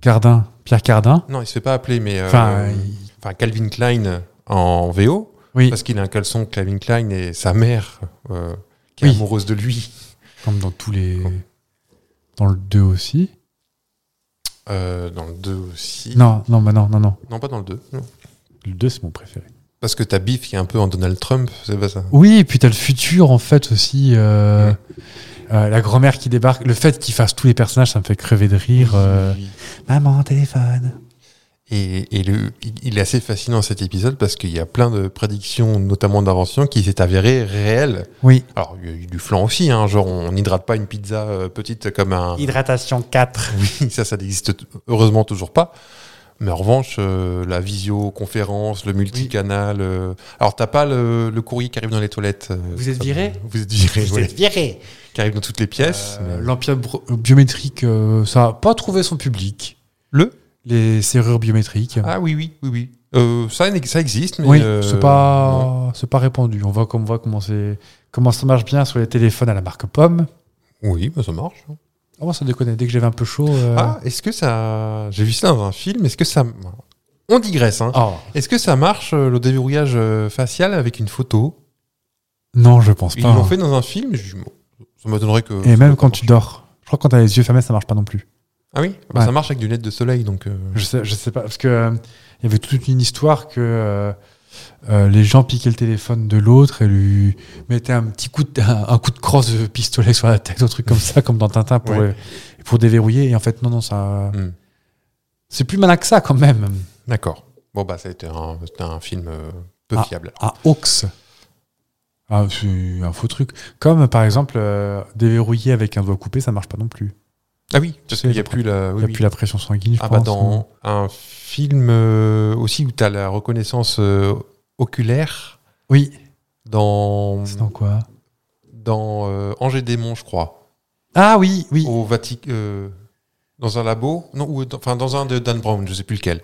[SPEAKER 2] Cardin, Pierre Cardin.
[SPEAKER 1] Non, il se fait pas appeler, mais. euh,
[SPEAKER 2] Enfin, il-
[SPEAKER 1] enfin, Calvin Klein en VO,
[SPEAKER 2] Oui,
[SPEAKER 1] parce qu'il a un caleçon Calvin Klein et sa mère, euh, qui est
[SPEAKER 2] Oui.
[SPEAKER 1] amoureuse de lui.
[SPEAKER 2] comme dans tous les. Dans le 2 aussi.
[SPEAKER 1] Euh, dans le 2 aussi.
[SPEAKER 2] Non, non, bah non, non, non.
[SPEAKER 1] Non, pas dans le 2. non.
[SPEAKER 2] Le 2, c'est mon préféré.
[SPEAKER 1] Parce que t'as Biff qui est un peu en Donald Trump, c'est pas ça
[SPEAKER 2] Oui, et puis t'as le futur, en fait, aussi. euh, euh, la grand-mère qui débarque. Le fait qu'il fasse tous les personnages, ça me fait crever de rire. euh, Maman, téléphone.
[SPEAKER 1] Et, et le, il- il est assez fascinant cet épisode parce qu'il y a plein de prédictions, notamment d'inventions, qui s'est avérée réelles.
[SPEAKER 2] Oui.
[SPEAKER 1] Alors, il y a eu du flan aussi, hein, genre on n'hydrate pas une pizza euh, petite comme un...
[SPEAKER 2] Hydratation 4.
[SPEAKER 1] [laughs] Oui, ça, ça n'existe t- heureusement toujours pas. Mais en revanche, euh, la visioconférence, le multicanal... euh, Alors, t'as pas le, le courrier qui arrive dans les toilettes. euh,
[SPEAKER 2] Vous êtes
[SPEAKER 1] ça-
[SPEAKER 2] viré
[SPEAKER 1] [laughs] Vous êtes viré,
[SPEAKER 2] Vous
[SPEAKER 1] ouais,
[SPEAKER 2] êtes Euh, viré.
[SPEAKER 1] qui arrive dans toutes les pièces. mais-
[SPEAKER 2] L'Empire bro- biométrique, euh, ça a pas trouvé son public.
[SPEAKER 1] Le
[SPEAKER 2] Les serrures biométriques.
[SPEAKER 1] Ah oui, oui, oui, oui. Euh, ça, n'ex- ça existe, mais...
[SPEAKER 2] oui,
[SPEAKER 1] euh,
[SPEAKER 2] c'est
[SPEAKER 1] non.
[SPEAKER 2] pas, c'est pas répandu. On voit, comme voit comment, c'est- comment ça marche bien sur les téléphones à la marque Pomme.
[SPEAKER 1] Oui, bah, ça marche.
[SPEAKER 2] Ah, moi, ça déconne. Dès que j'avais un peu chaud. euh,
[SPEAKER 1] Ah, est-ce que ça. J'ai vu ça dans un film, est-ce que ça. On digresse, hein.
[SPEAKER 2] oh.
[SPEAKER 1] Est-ce que ça marche euh, le déverrouillage euh, facial avec une photo
[SPEAKER 2] Non, je pense
[SPEAKER 1] Ils
[SPEAKER 2] pas. hein.
[SPEAKER 1] l'ont fait dans un film, je dis, bon, ça m'étonnerait que.
[SPEAKER 2] Et
[SPEAKER 1] Euh, ça
[SPEAKER 2] même
[SPEAKER 1] marche.
[SPEAKER 2] quand tu dors. Je crois que quand t'as les yeux fermés, ça marche pas non plus.
[SPEAKER 1] Ah oui Bah,
[SPEAKER 2] Ouais.
[SPEAKER 1] Ça marche avec du net de soleil, donc. euh,
[SPEAKER 2] Je sais, je sais pas. Parce que euh, il y avait toute une histoire que euh, euh, les gens piquaient le téléphone de l'autre et lui mettaient un petit coup de, un, un coup de crosse de pistolet sur la tête, un truc comme ça, comme dans Tintin, pour,
[SPEAKER 1] Ouais.
[SPEAKER 2] euh, pour déverrouiller. Et en fait, non, non, ça.
[SPEAKER 1] Hmm.
[SPEAKER 2] C'est plus malin que ça quand même.
[SPEAKER 1] D'accord. Bon, bah, ça a été un, c'était un film euh, peu
[SPEAKER 2] Ah.
[SPEAKER 1] fiable. alors.
[SPEAKER 2] un hoax. Ah, c'est un faux truc. Comme par exemple, euh, déverrouiller avec un doigt coupé, ça marche pas non plus.
[SPEAKER 1] Ah oui, parce
[SPEAKER 2] sais,
[SPEAKER 1] qu'il n'y a
[SPEAKER 2] j'ai
[SPEAKER 1] plus la.
[SPEAKER 2] Il
[SPEAKER 1] oui,
[SPEAKER 2] y a
[SPEAKER 1] oui.
[SPEAKER 2] plus la pression sanguine, je
[SPEAKER 1] Ah bah,
[SPEAKER 2] pense.
[SPEAKER 1] dans un film euh, aussi où tu as la reconnaissance euh, oculaire,
[SPEAKER 2] Oui,
[SPEAKER 1] dans.
[SPEAKER 2] c'est dans quoi
[SPEAKER 1] Dans euh, Angers Démon, je crois.
[SPEAKER 2] Ah oui, oui.
[SPEAKER 1] au Vatican, euh, dans un labo, non, ou dans- enfin dans un de Dan Brown, je sais plus lequel,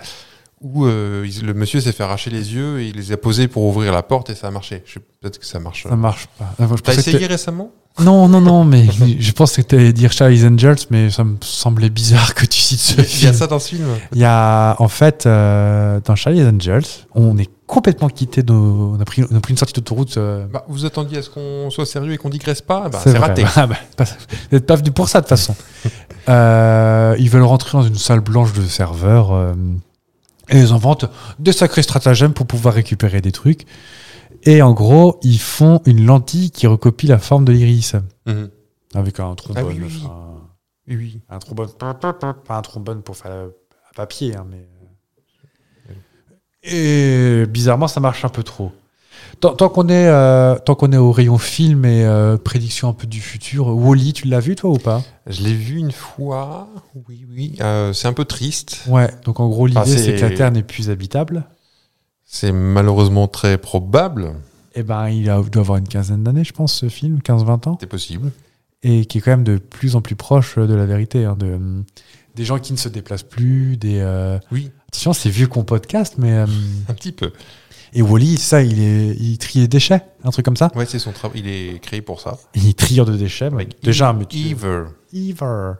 [SPEAKER 1] où euh, il- le monsieur s'est fait arracher les yeux et il les a posés pour ouvrir la porte et ça a marché. Je sais- Peut-être que ça marche.
[SPEAKER 2] Ça marche pas. Ah, je
[SPEAKER 1] T'as
[SPEAKER 2] pensais que
[SPEAKER 1] essayé récemment
[SPEAKER 2] t'es- Non, non, non, mais je pense que t'allais dire Charlie's Angels, mais ça me semblait bizarre que tu cites ce
[SPEAKER 1] Il y a
[SPEAKER 2] film.
[SPEAKER 1] ça dans ce film
[SPEAKER 2] Il y a, en fait, euh, dans Charlie's Angels, on est complètement quitté, de nos- on, a pris, on a pris une sortie d'autoroute. euh,
[SPEAKER 1] bah, Vous attendiez à ce qu'on soit sérieux et qu'on digresse pas bah,
[SPEAKER 2] C'est
[SPEAKER 1] C'est
[SPEAKER 2] vrai.
[SPEAKER 1] raté.
[SPEAKER 2] Ah bah, pas- vous n'êtes pas venu pour ça de
[SPEAKER 1] [laughs]
[SPEAKER 2] toute façon. Euh, ils veulent rentrer dans une salle blanche de serveurs euh, et ils inventent des sacrés stratagèmes pour pouvoir récupérer des trucs. Et en gros, ils font une lentille qui recopie la forme de l'iris
[SPEAKER 1] Mhm.
[SPEAKER 2] avec un
[SPEAKER 1] Ah
[SPEAKER 2] trombone.
[SPEAKER 1] oui, oui, oui.
[SPEAKER 2] enfin,
[SPEAKER 1] Oui, oui.
[SPEAKER 2] un trombone. Pas un trombone pour faire à papier, hein, mais. euh, Et bizarrement, ça marche un peu trop. Tant, tant qu'on est, euh, tant qu'on est au rayon film et euh, prédiction un peu du futur, Wally, tu l'as vu toi ou pas
[SPEAKER 1] Je l'ai vu une fois. Oui, oui. Euh, c'est un peu triste.
[SPEAKER 2] Ouais. Donc en gros, l'idée
[SPEAKER 1] Ah, c'est-
[SPEAKER 2] c'est que la Terre n'est plus habitable.
[SPEAKER 1] C'est malheureusement très probable.
[SPEAKER 2] Eh ben, il a- doit avoir une quinzaine d'années, je pense, ce film, 15-20 ans,
[SPEAKER 1] C'est possible.
[SPEAKER 2] et qui est quand même de plus en plus proche de la vérité, hein, de, hum, des gens qui ne se déplacent plus, des. euh,
[SPEAKER 1] Oui. [laughs]
[SPEAKER 2] Attention, c'est vieux qu'on podcast, mais. hum,
[SPEAKER 1] Un petit peu.
[SPEAKER 2] Et Wally, ça, il, est, il trie les déchets, un truc comme ça.
[SPEAKER 1] Ouais, c'est son travail. Il est créé pour ça.
[SPEAKER 2] Il trieur de déchets. mais
[SPEAKER 1] Avec
[SPEAKER 2] déjà, un métier.
[SPEAKER 1] Ever.
[SPEAKER 2] Ever.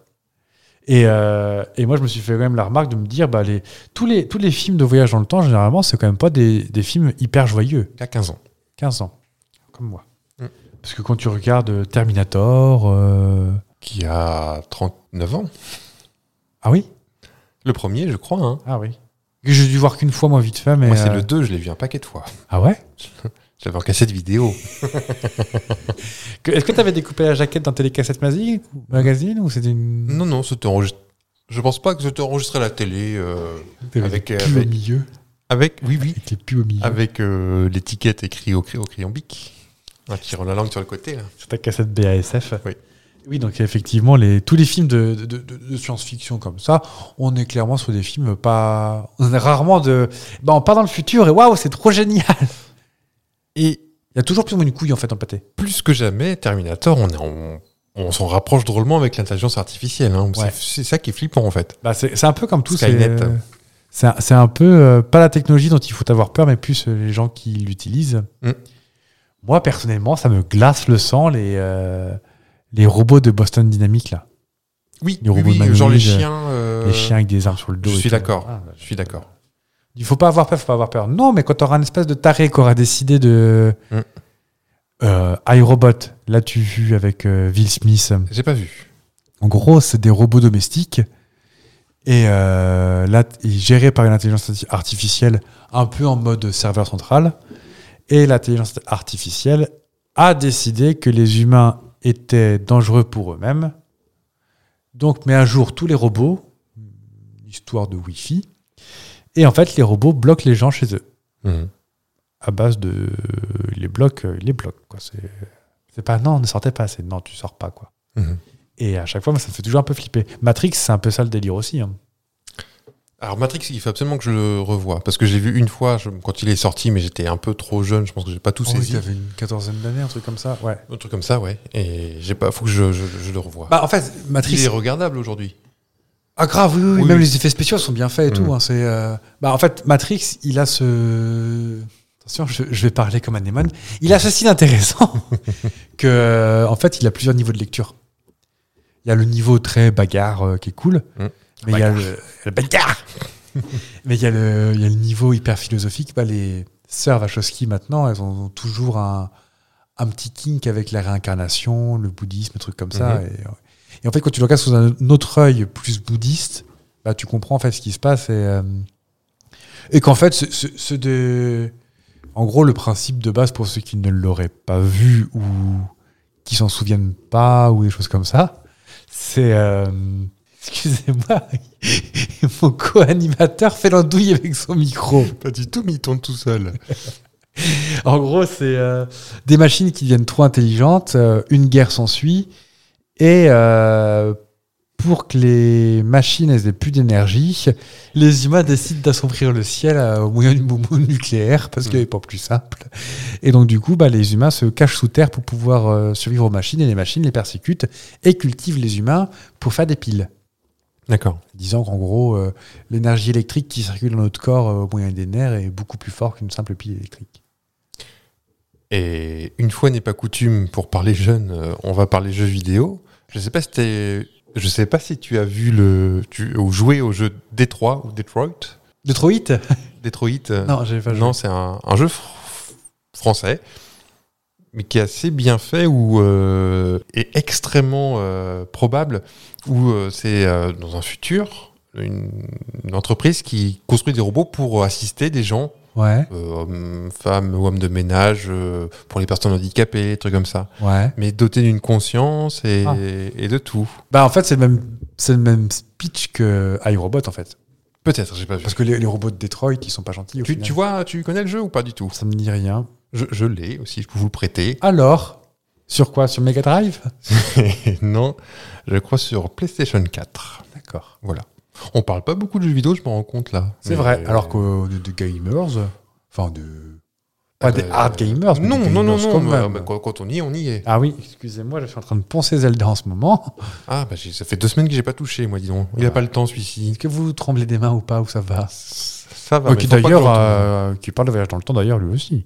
[SPEAKER 2] Et, euh, et moi, je me suis fait quand même la remarque de me dire, bah, les, tous, les, tous les films de voyage dans le temps, généralement, c'est quand même pas des, des films hyper joyeux.
[SPEAKER 1] Il a 15 ans.
[SPEAKER 2] 15 ans, comme moi.
[SPEAKER 1] Mm.
[SPEAKER 2] Parce que quand tu regardes euh, Terminator... euh,
[SPEAKER 1] qui a 39 ans.
[SPEAKER 2] Ah oui
[SPEAKER 1] Le premier, je crois. Hein.
[SPEAKER 2] Ah oui. Que j'ai dû voir qu'une fois, moi, vite fait, mais...
[SPEAKER 1] Moi, c'est
[SPEAKER 2] euh,
[SPEAKER 1] le 2, je l'ai vu un paquet de fois.
[SPEAKER 2] Ah ouais
[SPEAKER 1] J'avais en cassette vidéo.
[SPEAKER 2] Que- Est-ce que t'avais découpé la jaquette dans Télécassette Magazine Magazine ou c'était une...
[SPEAKER 1] Non, non, c'était enregistré. Je pense pas que c'était enregistré à la télé. euh,
[SPEAKER 2] T'avais
[SPEAKER 1] avec-
[SPEAKER 2] des pubs au
[SPEAKER 1] avec-
[SPEAKER 2] milieu.
[SPEAKER 1] avec, oui, oui.
[SPEAKER 2] Avec les pubs au milieu.
[SPEAKER 1] Avec euh, l'étiquette écrite au, crayon- au crayon bic. Hein, qui rend la langue sur le côté. là.
[SPEAKER 2] Sur ta cassette BASF.
[SPEAKER 1] Oui.
[SPEAKER 2] Oui, donc effectivement, les, tous les films de, de- de- de science-fiction comme ça, on est clairement sur des films pas. On est rarement de. Ben, on part dans le futur et waouh, c'est trop [laughs] génial
[SPEAKER 1] Et
[SPEAKER 2] Il y a toujours plus ou moins une couille en fait en pâté.
[SPEAKER 1] plus que jamais, Terminator, on, est en- on s'en rapproche drôlement avec l'intelligence artificielle. hein. C'est-
[SPEAKER 2] Ouais.
[SPEAKER 1] C'est ça qui est flippant, en fait.
[SPEAKER 2] Bah, c'est c'est un peu comme tout. c'est-
[SPEAKER 1] Skynet.
[SPEAKER 2] C'est un- c'est un peu. euh, pas la technologie dont il faut avoir peur, mais plus euh, les gens qui l'utilisent.
[SPEAKER 1] Mm.
[SPEAKER 2] Moi, personnellement, ça me glace le sang, les, euh, les robots de Boston Dynamics, là.
[SPEAKER 1] Oui,
[SPEAKER 2] Les
[SPEAKER 1] oui,
[SPEAKER 2] robots
[SPEAKER 1] oui,
[SPEAKER 2] humanoïdes,
[SPEAKER 1] genre les chiens. euh,
[SPEAKER 2] les chiens avec des armes sur le dos.
[SPEAKER 1] je
[SPEAKER 2] et
[SPEAKER 1] suis
[SPEAKER 2] tout.
[SPEAKER 1] d'accord.
[SPEAKER 2] Ah, bah,
[SPEAKER 1] Je suis d'accord.
[SPEAKER 2] Il faut pas avoir peur, faut pas avoir peur. Non, mais quand t'auras une espèce de taré qui aura décidé de.
[SPEAKER 1] Mm.
[SPEAKER 2] Euh, iRobot, là tu vu avec euh, Will Smith.
[SPEAKER 1] J'ai pas vu.
[SPEAKER 2] En gros, c'est des robots domestiques Et euh, là, t- il est géré par une intelligence arti- artificielle un peu en mode serveur central. Et l'intelligence artificielle a décidé que les humains étaient dangereux pour eux-mêmes. Donc, met à jour tous les robots, histoire de Wi-Fi. Et en fait, les robots bloquent les gens chez eux
[SPEAKER 1] Mhm.
[SPEAKER 2] à base de euh, il les blocs, euh, il les blocs. Quoi. C'est, c'est pas non, ne sortez pas, c'est non, tu sors pas. quoi.
[SPEAKER 1] Mhm.
[SPEAKER 2] Et à chaque fois, moi, ça me fait toujours un peu flipper. Matrix, c'est un peu ça le délire aussi. hein.
[SPEAKER 1] Alors Matrix, il faut absolument que je le revoie parce que j'ai vu une fois je- quand il est sorti, mais j'étais un peu trop jeune. Je pense que j'ai pas tout saisi.
[SPEAKER 2] Oh une quatorzaine d'années, un truc comme ça. Ouais.
[SPEAKER 1] Un truc comme ça, ouais. Et j'ai pas. Faut que je, je- je le revoie.
[SPEAKER 2] Bah, en fait,
[SPEAKER 1] il
[SPEAKER 2] Matrix.
[SPEAKER 1] est regardable aujourd'hui.
[SPEAKER 2] Ah, grave, oui, oui,
[SPEAKER 1] Oui,
[SPEAKER 2] même
[SPEAKER 1] oui.
[SPEAKER 2] les effets spéciaux sont bien faits et
[SPEAKER 1] Mhm.
[SPEAKER 2] tout. hein, c'est, euh, Bah, en fait, Matrix, il a ce. Attention, je, je vais parler comme un démon. Il a ceci d'intéressant que, euh, en fait, il a plusieurs niveaux de lecture. Il y a le niveau très bagarre euh, qui est cool.
[SPEAKER 1] Mhm.
[SPEAKER 2] Mais il y a le, le bagarre. mais il y, a le, il y a le niveau hyper philosophique. Bah, les sœurs Wachowski, maintenant, elles ont, ont toujours un, un petit kink avec la réincarnation, le bouddhisme, des trucs comme ça.
[SPEAKER 1] Mhm.
[SPEAKER 2] Et, euh, et en fait, quand tu le regardes sous un autre œil plus bouddhiste, bah, tu comprends en fait ce qui se passe. Et, euh, et qu'en fait, ce, ce- ce de... en gros, le principe de base pour ceux qui ne l'auraient pas vu ou qui s'en souviennent pas ou des choses comme ça, c'est. euh, [laughs] Excusez-moi, [laughs] mon co-animateur fait l'andouille avec son micro.
[SPEAKER 1] Pas du tout, mais il tourne tout seul.
[SPEAKER 2] En gros, c'est euh, des machines qui deviennent trop intelligentes, euh, une guerre s'ensuit, et euh, pour que les machines elles aient plus d'énergie, les humains décident d'assombrir le ciel euh, au moyen d'une bombe nucléaire, parce qu'il
[SPEAKER 1] Mm.
[SPEAKER 2] n'est pas plus simple. Et donc, du coup, bah, les humains se cachent sous terre pour pouvoir euh, survivre aux machines, et les machines les persécutent et cultivent les humains pour faire des piles
[SPEAKER 1] D'accord.
[SPEAKER 2] disant qu'en gros, euh, l'énergie électrique qui circule dans notre corps euh, au moyen des nerfs est beaucoup plus forte qu'une simple pile électrique.
[SPEAKER 1] Et une fois n'est pas coutume pour parler jeunes, euh, on va parler jeux vidéo. Je sais pas si t'es- je sais pas si tu as vu le tu ou joué au jeu Detroit ou Detroit.
[SPEAKER 2] Detroit
[SPEAKER 1] Detroit. euh,
[SPEAKER 2] Non, j'avais pas joué.
[SPEAKER 1] non, c'est un, un jeu fr- français mais qui est assez bien fait ou euh, est extrêmement euh, probable où euh, c'est euh, dans un futur une, une entreprise qui construit des robots pour assister des gens
[SPEAKER 2] Ouais,
[SPEAKER 1] euh, hommes, femmes ou hommes de ménage, euh, pour les personnes handicapées, des trucs comme ça.
[SPEAKER 2] ouais.
[SPEAKER 1] Mais doté d'une conscience et,
[SPEAKER 2] Ah.
[SPEAKER 1] et de tout.
[SPEAKER 2] Bah en fait, c'est le même, c'est le même speech que iRobot en fait.
[SPEAKER 1] Peut-être, j'ai pas vu.
[SPEAKER 2] Parce que les, les robots de Detroit, ils sont pas gentils. Au
[SPEAKER 1] Tu,
[SPEAKER 2] final.
[SPEAKER 1] tu vois, tu connais le jeu ou pas du tout
[SPEAKER 2] ça me dit rien.
[SPEAKER 1] Je, je l'ai aussi, je peux vous le prêter.
[SPEAKER 2] Alors, sur quoi Sur Mega Drive
[SPEAKER 1] [laughs] non, je crois sur PlayStation 4.
[SPEAKER 2] D'accord.
[SPEAKER 1] Voilà. On parle pas beaucoup de jeux vidéo, je me rends compte là.
[SPEAKER 2] C'est
[SPEAKER 1] Mais- euh,
[SPEAKER 2] vrai. Alors que de, de gamers, enfin de. Pas
[SPEAKER 1] Ah
[SPEAKER 2] des
[SPEAKER 1] bah,
[SPEAKER 2] hard gamers. mais
[SPEAKER 1] Non,
[SPEAKER 2] des
[SPEAKER 1] non, non,
[SPEAKER 2] gamers
[SPEAKER 1] non.
[SPEAKER 2] quand
[SPEAKER 1] mais,
[SPEAKER 2] même.
[SPEAKER 1] bah, quand, quand on y est, on y est.
[SPEAKER 2] Ah oui, excusez-moi, je suis en train de poncer Zelda en
[SPEAKER 1] [laughs]
[SPEAKER 2] ce moment.
[SPEAKER 1] Ah, bah, j'ai- ça fait deux semaines que j'ai pas touché, moi, dis donc. Il a pas le temps, celui-ci.
[SPEAKER 2] Est-ce que vous tremblez des mains ou pas, ou ça va
[SPEAKER 1] Ça va.
[SPEAKER 2] Euh,
[SPEAKER 1] mais
[SPEAKER 2] Qui
[SPEAKER 1] faut bah, pas que
[SPEAKER 2] d'ailleurs,
[SPEAKER 1] j'entende.
[SPEAKER 2] euh, qui parle de voyage dans le temps d'ailleurs, lui aussi.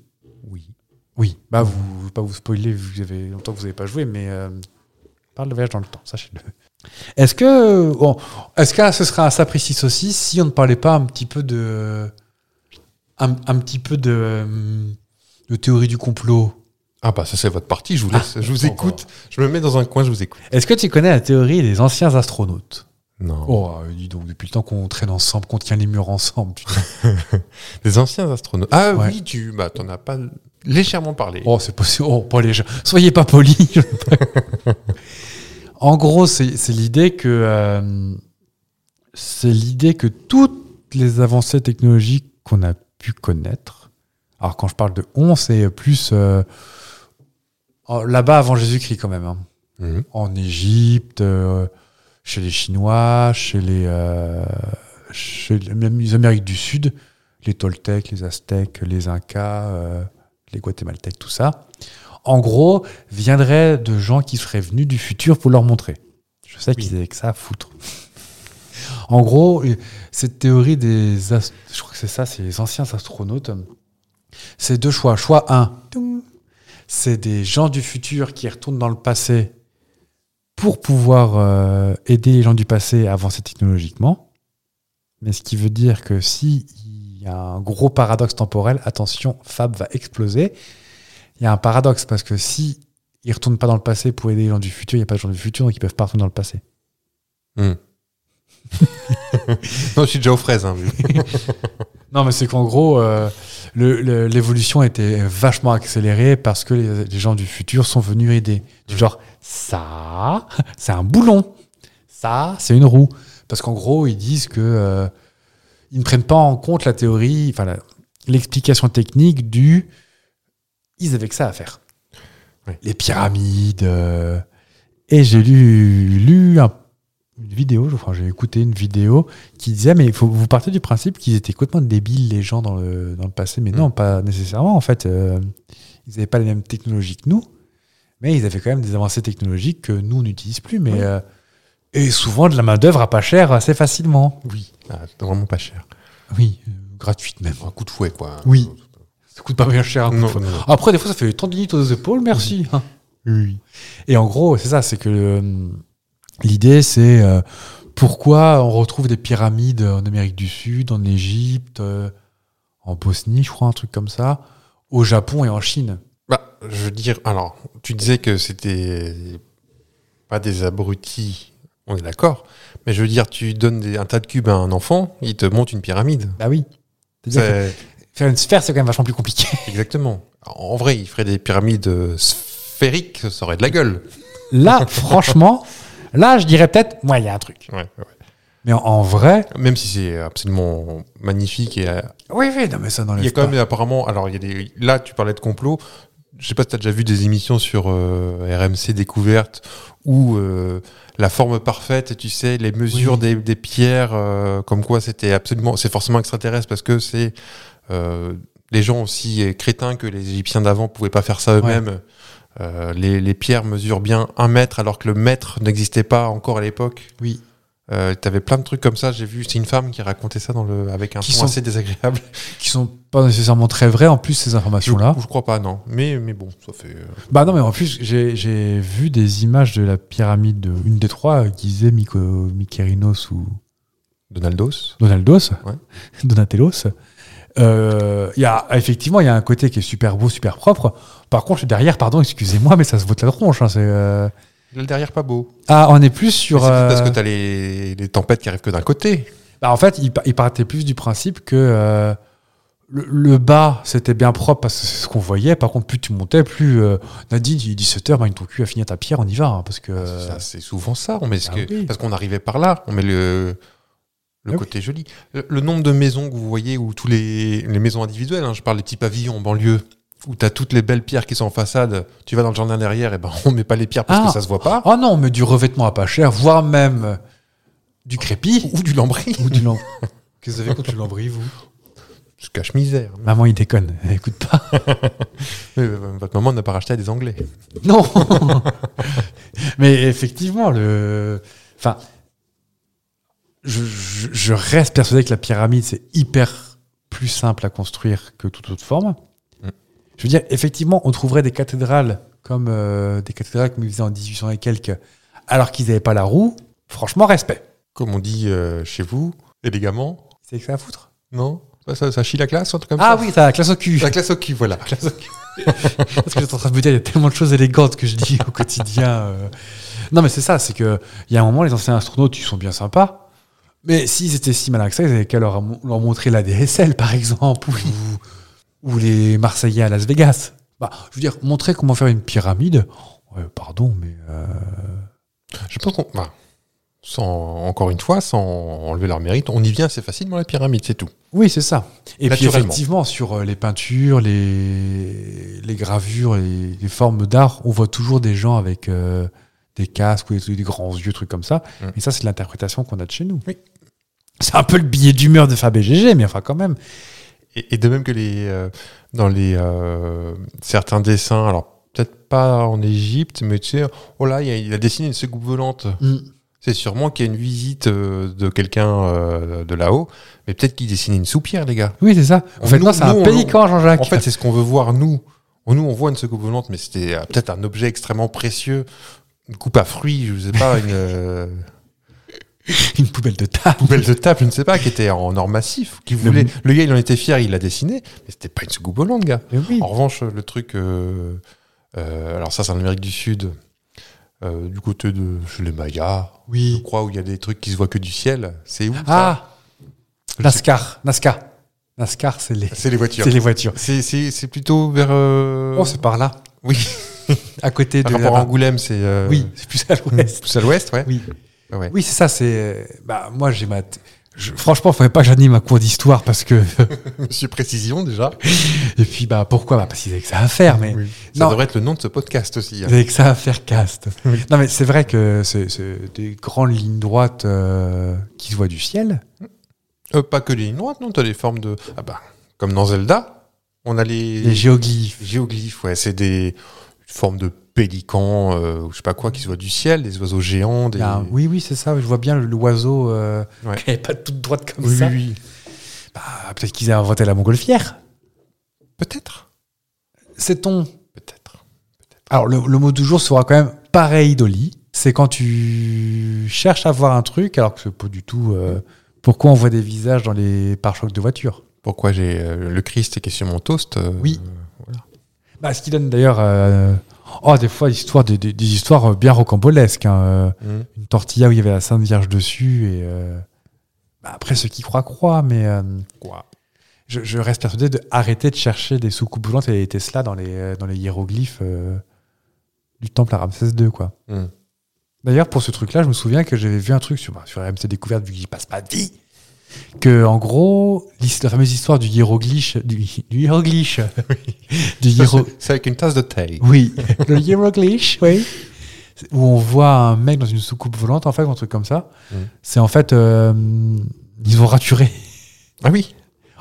[SPEAKER 1] Oui.
[SPEAKER 2] Oui, bah vous, vous- pas vous spoiler, vu que vous avez longtemps que vous n'avez pas joué, mais euh, parle de voyage dans le temps, sachez-le. Est-ce que, bon, est-ce que ce serait un sapristi saucisse si on ne parlait pas un petit peu de, un, un petit peu de, euh, de théorie du complot
[SPEAKER 1] Ah bah ça c'est votre partie, je vous laisse, je vous
[SPEAKER 2] bon,
[SPEAKER 1] écoute, je me mets dans un coin, je vous écoute.
[SPEAKER 2] Est-ce que tu connais la théorie des anciens astronautes
[SPEAKER 1] Non.
[SPEAKER 2] Oh, euh, dis donc, depuis le temps qu'on traîne ensemble, qu'on tient les murs ensemble. tu-
[SPEAKER 1] Des anciens astronautes. Ah
[SPEAKER 2] Ouais.
[SPEAKER 1] oui, tu bah t'en as pas légèrement parlé.
[SPEAKER 2] Oh, c'est possible. Oh, pas les gens. Soyez pas polis. [laughs] en gros, c'est c'est l'idée que euh, c'est l'idée que toutes les avancées technologiques qu'on a pu connaître. Alors quand je parle de on, c'est plus euh, oh, là-bas avant Jésus-Christ quand même. hein.
[SPEAKER 1] Mhm.
[SPEAKER 2] En Égypte, euh, chez les Chinois, chez les euh, chez les- même les Amériques du Sud, les Toltecs, les Aztèques, les Incas. euh, les Guatémaltèques, tout ça, en gros, viendraient de gens qui seraient venus du futur pour leur montrer. Je sais qu'ils avaient que ça à foutre. [laughs] en gros, euh, cette théorie des... ast- Je crois que c'est ça, c'est les anciens astronautes. C'est deux choix. Choix 1, c'est des gens du futur qui retournent dans le passé pour pouvoir euh, aider les gens du passé à avancer technologiquement. Mais ce qui veut dire que si il y a un gros paradoxe temporel, attention, Fab va exploser. Il y a un paradoxe parce que si ils retournent pas dans le passé pour aider les gens du futur, il n'y a pas de gens du futur, donc ils peuvent pas retourner dans le passé.
[SPEAKER 1] Hmm. Non, je suis déjà aux fraises. hein, mais-
[SPEAKER 2] Non, mais c'est qu'en gros, euh, le- le- l'évolution était vachement accélérée parce que les, les gens du futur sont venus aider. Du genre, ça, [laughs] c'est un boulon. Ça, c'est une roue. Parce qu'en gros, ils disent que euh, ils ne prennent pas en compte la théorie, enfin la- l'explication technique du. Ils avaient que ça à faire.
[SPEAKER 1] Ouais.
[SPEAKER 2] Les pyramides. euh, et j'ai lu, lu un- une vidéo, je- enfin j'ai écouté une vidéo qui disait mais il faut vous partez du principe qu'ils étaient complètement débiles les gens dans le, dans le passé
[SPEAKER 1] Mm.
[SPEAKER 2] mais non pas nécessairement en fait euh, ils n'avaient pas les mêmes technologies que nous mais ils avaient quand même des avancées technologiques que nous on n'utilise plus mais euh, et souvent de la main d'œuvre à pas cher assez facilement
[SPEAKER 1] Oui. Ah, c'est vraiment pas cher.
[SPEAKER 2] oui euh, gratuite même
[SPEAKER 1] Un coup de fouet, quoi.
[SPEAKER 2] Oui. ça coûte pas bien cher un coup de
[SPEAKER 1] Non,
[SPEAKER 2] fouet.
[SPEAKER 1] non, non.
[SPEAKER 2] Après, des fois, ça fait 30 minutes aux épaules, merci. hein. Et en gros, c'est ça, c'est que euh, l'idée, c'est euh, pourquoi on retrouve des pyramides en Amérique du Sud, en Égypte, euh, en Bosnie, je crois, un truc comme ça, au Japon et en Chine.
[SPEAKER 1] Bah, je veux dire, alors, tu disais que c'était pas des abrutis, on est d'accord, mais je veux dire, tu donnes des- un tas de cubes à un enfant, il te monte une pyramide.
[SPEAKER 2] Bah oui. C'est-à-dire
[SPEAKER 1] C'est-
[SPEAKER 2] que Faire une sphère, c'est quand même vachement plus compliqué. [laughs]
[SPEAKER 1] Exactement. En vrai, il ferait des pyramides euh, sphériques, ça aurait de la gueule.
[SPEAKER 2] Là, franchement, là, je dirais peut-être, moi, il y a un truc.
[SPEAKER 1] Ouais, ouais.
[SPEAKER 2] Mais en, en vrai,
[SPEAKER 1] Même si c'est absolument magnifique et euh,
[SPEAKER 2] oui, oui, non, mais ça n'enlève
[SPEAKER 1] il y a quand
[SPEAKER 2] pas.
[SPEAKER 1] même apparemment, alors il y a des, là tu parlais de complot, je sais pas si t'as déjà vu des émissions sur euh, RMC Découverte où euh, la forme parfaite, tu sais, les mesures
[SPEAKER 2] Oui.
[SPEAKER 1] des, des pierres, euh, comme quoi c'était absolument, c'est forcément extraterrestre parce que c'est euh, les gens aussi crétins que les Égyptiens d'avant pouvaient pas faire ça eux-mêmes. Euh, les, les pierres mesurent bien un mètre alors que le mètre n'existait pas encore à l'époque.
[SPEAKER 2] Oui.
[SPEAKER 1] Euh, T'avais plein de trucs comme ça. J'ai vu, c'est une femme qui racontait ça dans le avec un
[SPEAKER 2] Qui
[SPEAKER 1] ton
[SPEAKER 2] sont-
[SPEAKER 1] assez désagréable.
[SPEAKER 2] Qui sont pas nécessairement très vraies, en plus, ces
[SPEAKER 1] Je,
[SPEAKER 2] informations-là.
[SPEAKER 1] je crois pas, non. Mais, mais bon, ça fait. euh,
[SPEAKER 2] Bah non, mais en plus, j'ai j'ai vu des images de la pyramide, de, une des trois, euh, qui disait Myko- Mykerinos ou
[SPEAKER 1] Donaldos.
[SPEAKER 2] Donaldos,
[SPEAKER 1] Ouais.
[SPEAKER 2] [laughs] Donatellos. Euh, Il y a, effectivement, il y a un côté qui est super beau, super propre. Par contre, derrière, pardon, excusez-moi, mais ça se vote la tronche. hein, c'est, euh,
[SPEAKER 1] Le derrière, pas beau.
[SPEAKER 2] Ah, on est plus
[SPEAKER 1] Mais
[SPEAKER 2] sur.
[SPEAKER 1] C'est peut-être parce
[SPEAKER 2] euh,
[SPEAKER 1] que t'as les, les tempêtes qui arrivent que d'un côté.
[SPEAKER 2] bah, en fait, il, pa- il partait plus du principe que euh, le, le bas, c'était bien propre parce que c'est ce qu'on voyait. Par contre, plus tu montais, plus euh, Nadine, il est 17h, mine ton cul à finir ta pierre, on y va. hein, parce que,
[SPEAKER 1] Ah, C'est ça, C'est souvent ça. On met ce
[SPEAKER 2] ah
[SPEAKER 1] que-
[SPEAKER 2] oui.
[SPEAKER 1] Parce qu'on arrivait par là. On met le. Le
[SPEAKER 2] Ah oui.
[SPEAKER 1] côté joli. Le, le nombre de maisons que vous voyez, ou tous les, les maisons individuelles, hein, je parle des petits pavillons en banlieue, où t'as toutes les belles pierres qui sont en façade, tu vas dans le jardin derrière, et ben [laughs] on met pas les pierres parce
[SPEAKER 2] Ah.
[SPEAKER 1] que ça se voit pas,
[SPEAKER 2] Ah non, mais du revêtement à pas cher, voire même euh, du crépi
[SPEAKER 1] ou du lambris, [laughs]
[SPEAKER 2] ou du lambris. [laughs] Qu'est-ce que vous avez contre le lambris, vous
[SPEAKER 1] je cache misère.
[SPEAKER 2] Maman, il déconne, elle écoute pas.
[SPEAKER 1] Mais, euh, votre maman n'a pas racheté à des Anglais.
[SPEAKER 2] [laughs] Non Mais effectivement, le. Enfin. Je, je- je reste persuadé que la pyramide, c'est hyper plus simple à construire que toute autre forme.
[SPEAKER 1] Mm.
[SPEAKER 2] Je veux dire, effectivement, on trouverait des cathédrales comme euh, des cathédrales comme ils faisaient en 1800 et quelques, alors qu'ils n'avaient pas la roue. Franchement, respect.
[SPEAKER 1] Comme on dit euh, chez vous, élégamment,
[SPEAKER 2] C'est que ça à foutre.
[SPEAKER 1] Non ça, ça, ça chie la classe, un truc comme
[SPEAKER 2] Ah
[SPEAKER 1] [laughs] ça
[SPEAKER 2] oui, ça, classe au cul.
[SPEAKER 1] La classe au cul, voilà.
[SPEAKER 2] Parce que j'étais en train de me dire, il y a tellement de choses élégantes que je dis au quotidien. euh. Non, mais c'est ça, c'est que il y a un moment, les anciens astronautes, ils sont bien sympas. Mais s'ils étaient si malins que ça, ils avaient qu'à leur, mon- leur montrer la DSL, par exemple, ou, ou les Marseillais à Las Vegas. Bah, je veux dire, montrer comment faire une pyramide. Ouais, pardon, mais. euh,
[SPEAKER 1] Je pense qu'on... bah, sans, encore une fois, sans enlever leur mérite, on y vient assez facilement la pyramide, c'est tout.
[SPEAKER 2] Oui, c'est ça. Et puis
[SPEAKER 1] Naturellement.
[SPEAKER 2] effectivement, sur euh, les peintures, les, les gravures, les, les formes d'art, on voit toujours des gens avec euh, des casques ou des, des grands yeux, trucs comme ça.
[SPEAKER 1] Mm.
[SPEAKER 2] Et ça, c'est l'interprétation qu'on a de chez nous.
[SPEAKER 1] Oui.
[SPEAKER 2] C'est un peu le billet d'humeur de Fab et GG, mais enfin quand même.
[SPEAKER 1] Et, et de même que les, euh, dans les, euh, certains dessins, alors peut-être pas en Égypte, mais tu sais, oh là, il a, il a dessiné une soucoupe volante. C'est sûrement qu'il y a une visite euh, de quelqu'un euh, de là-haut, mais peut-être qu'il dessinait une soupière, les gars.
[SPEAKER 2] Oui, c'est ça. En fait,
[SPEAKER 1] Nous-
[SPEAKER 2] non, c'est
[SPEAKER 1] nous,
[SPEAKER 2] un
[SPEAKER 1] on-
[SPEAKER 2] pélican, Jean-Jacques.
[SPEAKER 1] En fait, c'est ce qu'on veut voir, nous. Nous, on voit une soucoupe volante, mais c'était euh, peut-être un objet extrêmement précieux. Une coupe à fruits, je sais
[SPEAKER 2] [laughs]
[SPEAKER 1] pas, une euh,
[SPEAKER 2] [laughs] une poubelle de table.
[SPEAKER 1] poubelle de table, je ne sais pas, qui était en or massif. Qui voulait... Le gars, il en était fier, il l'a dessiné, mais c'était pas une soucoupe volante, gars.
[SPEAKER 2] Mais oui.
[SPEAKER 1] En revanche, le truc. euh, euh, alors, ça, c'est en Amérique du Sud. euh, du côté de chez les Mayas, je
[SPEAKER 2] Oui.
[SPEAKER 1] crois, où il y a des trucs qui se voient que du ciel. C'est où ça
[SPEAKER 2] Ah
[SPEAKER 1] Je sais
[SPEAKER 2] NASCAR. NASCAR. NASCAR, c'est les,
[SPEAKER 1] pas. C'est les voitures.
[SPEAKER 2] c'est les voitures.
[SPEAKER 1] C'est- C'est c'est plutôt vers. euh,
[SPEAKER 2] Oh, c'est par là.
[SPEAKER 1] Oui,
[SPEAKER 2] À côté
[SPEAKER 1] par
[SPEAKER 2] de.
[SPEAKER 1] rapport à
[SPEAKER 2] là-bas.
[SPEAKER 1] Angoulême, c'est. euh,
[SPEAKER 2] Oui, c'est plus à l'ouest.
[SPEAKER 1] Plus à l'ouest, ouais.
[SPEAKER 2] Oui.
[SPEAKER 1] Ah Ouais.
[SPEAKER 2] Oui, c'est ça, c'est. Bah, moi, j'ai ma. t- je- Franchement, faudrait pas que j'anime un cours d'histoire parce que. [laughs]
[SPEAKER 1] Monsieur Précision, déjà.
[SPEAKER 2] Et puis, bah, pourquoi bah, Parce qu'ils avaient que ça à faire, mais.
[SPEAKER 1] Ça
[SPEAKER 2] Non.
[SPEAKER 1] devrait être le nom de ce podcast aussi. hein.
[SPEAKER 2] Ils avaient que ça à
[SPEAKER 1] [laughs]
[SPEAKER 2] faire cast. non, mais c'est vrai que c'est c'est des grandes lignes droites euh, qui se voient du ciel.
[SPEAKER 1] Euh, pas que les lignes droites, non, t'as les formes de. Ah bah, comme dans Zelda, on a les,
[SPEAKER 2] Les géoglyphes.
[SPEAKER 1] géoglyphes, ouais, c'est des formes de pélicans, euh, ou je sais pas quoi, qui se voient du ciel, des oiseaux géants, des.
[SPEAKER 2] Il y a un- Ah, Oui, oui, c'est ça. Je vois bien l'oiseau. Euh,
[SPEAKER 1] Ouais.
[SPEAKER 2] Elle est pas toute droite comme
[SPEAKER 1] Oui,
[SPEAKER 2] ça.
[SPEAKER 1] oui, oui.
[SPEAKER 2] Bah, Peut-être qu'ils avaient inventé la montgolfière.
[SPEAKER 1] Peut-être.
[SPEAKER 2] C'est ton.
[SPEAKER 1] Peut-être.
[SPEAKER 2] Alors, le, le mot du jour sera quand même pareidolie. C'est quand tu cherches à voir un truc, alors que c'est pas du tout. euh, pourquoi on voit des visages dans les pare-chocs de voiture
[SPEAKER 1] Pourquoi j'ai euh, le Christ qui est sur mon toast euh,
[SPEAKER 2] Oui. bah, Ce qui donne d'ailleurs. euh, oh, des fois, l'histoire, des, des- des histoires euh, bien rocambolesques. hein, euh,
[SPEAKER 1] Mhm.
[SPEAKER 2] Une tortilla où il y avait la Sainte Vierge dessus. Et, euh, bah, après, ceux qui croient, croient, mais. euh,
[SPEAKER 1] Quoi
[SPEAKER 2] je, je reste persuadé de arrêter de chercher des soucoupes volantes et des Tesla dans les, euh, dans les hiéroglyphes euh, du temple à Ramsès II, quoi.
[SPEAKER 1] Hmm.
[SPEAKER 2] D'ailleurs, pour ce truc-là, je me souviens que j'avais vu un truc sur, bah, sur RMC Découverte, vu qu'il passe pas de vie, que, en gros, l'his- la fameuse histoire du hiéroglyphe, du, du
[SPEAKER 1] [laughs]
[SPEAKER 2] hiéroglyphe, du
[SPEAKER 1] Ça,
[SPEAKER 2] hiéro-
[SPEAKER 1] C'est c'est avec une tasse de thé. [laughs]
[SPEAKER 2] oui, le hiéroglyphe, oui, C'est- où on voit un mec dans une soucoupe volante, en fait, ou un truc comme ça.
[SPEAKER 1] Hmm.
[SPEAKER 2] C'est en fait, euh, ils ont raturé
[SPEAKER 1] Ah oui.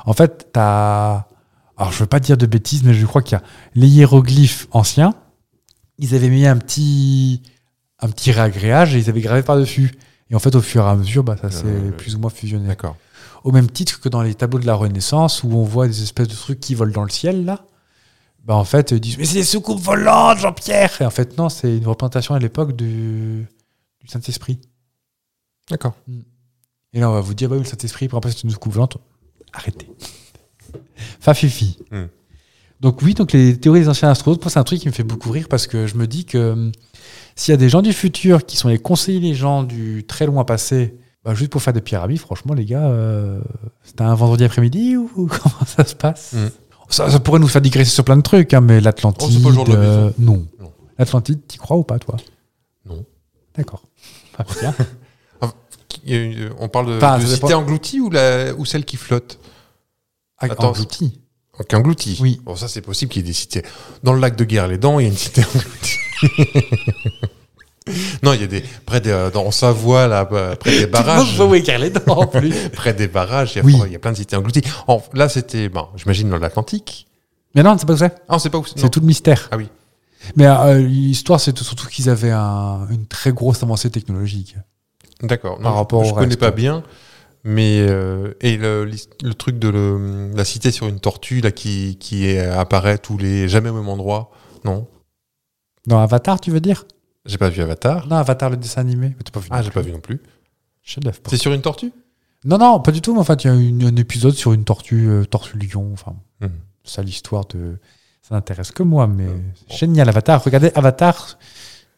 [SPEAKER 2] en fait, t'as. Alors, je veux pas dire de bêtises, mais je crois qu'il y a les hiéroglyphes anciens. Ils avaient mis un petit, un petit réagréage et ils avaient gravé par-dessus. Et en fait, au fur et à mesure, bah, ça s'est
[SPEAKER 1] Euh,
[SPEAKER 2] plus ou moins fusionné.
[SPEAKER 1] D'accord.
[SPEAKER 2] Au même titre que dans les tableaux de la Renaissance, où on voit des espèces de trucs qui volent dans le ciel, là. Bah, en fait, ils disent Mais c'est des soucoupes volantes, Jean-Pierre Et en fait, non, c'est une représentation à l'époque du, du Saint-Esprit.
[SPEAKER 1] D'accord.
[SPEAKER 2] Et là, on va vous dire, bah oui, le Saint-Esprit, pour après, c'est une soucoupe volante. Arrêtez. Fafifi.
[SPEAKER 1] Hmm.
[SPEAKER 2] Donc oui, donc les théories des anciens astronautes, moi, c'est un truc qui me fait beaucoup rire parce que je me dis que hum, s'il y a des gens du futur qui sont les conseillers des gens du très loin passé, bah, juste pour faire des pyramides, franchement, les gars, euh, c'était un vendredi après-midi ou [laughs] ou comment ça se passe
[SPEAKER 1] Hmm.
[SPEAKER 2] ça, ça pourrait nous faire digresser sur plein de trucs, hein, mais l'Atlantide...
[SPEAKER 1] Oh, c'est pas le jour de la
[SPEAKER 2] euh, non.
[SPEAKER 1] Non.
[SPEAKER 2] L'Atlantide, t'y crois ou pas, toi
[SPEAKER 1] Non.
[SPEAKER 2] D'accord. Pas bien.
[SPEAKER 1] Qui- euh, On parle de,
[SPEAKER 2] Enfin,
[SPEAKER 1] de
[SPEAKER 2] ça
[SPEAKER 1] cité
[SPEAKER 2] dépend-
[SPEAKER 1] engloutie ou, la, ou celle qui flotte [laughs] Attends.
[SPEAKER 2] Attends, englouti.
[SPEAKER 1] Qu'engloutie.
[SPEAKER 2] Oui.
[SPEAKER 1] Bon, ça, c'est possible qu'il y ait des cités. Dans le lac de Guerre-les-Dents, il y a une cité engloutie. [laughs] non, il y a des. Près des, euh, dans, en Savoie, là, euh, près
[SPEAKER 2] [laughs]
[SPEAKER 1] des barrages.
[SPEAKER 2] Faut écarler dedans, [laughs] en plus.
[SPEAKER 1] près des barrages, il y a,
[SPEAKER 2] Oui.
[SPEAKER 1] il y a plein de cités englouties. En- là, c'était, ben, j'imagine, dans l'Atlantique.
[SPEAKER 2] Mais non, c'est pas vrai.
[SPEAKER 1] Ah, on sait pas où c'est.
[SPEAKER 2] C'est tout le mystère.
[SPEAKER 1] Ah oui.
[SPEAKER 2] Mais euh, l'histoire, c'est surtout qu'ils avaient un- une très grosse avancée technologique.
[SPEAKER 1] D'accord.
[SPEAKER 2] Par
[SPEAKER 1] Non,
[SPEAKER 2] rapport
[SPEAKER 1] je,
[SPEAKER 2] au
[SPEAKER 1] je connais
[SPEAKER 2] reste.
[SPEAKER 1] pas bien. Mais euh, et le, l'his- le truc de le- la cité sur une tortue là qui, qui est- apparaît tous les jamais au même endroit non
[SPEAKER 2] Dans Avatar, tu veux dire
[SPEAKER 1] j'ai pas vu Avatar
[SPEAKER 2] Non, Avatar, le dessin animé. Mais t'as pas vu.
[SPEAKER 1] ah j'ai pas vu non plus
[SPEAKER 2] Chef d'œuvre.
[SPEAKER 1] c'est sur une tortue
[SPEAKER 2] Non, non, pas du tout. Mais enfin, il y a une- un épisode sur une tortue, euh, tortue lion. Enfin,
[SPEAKER 1] Mhm. Euh,
[SPEAKER 2] ça, l'histoire de. Ça n'intéresse que moi, mais c'est génial, Avatar. Regardez Avatar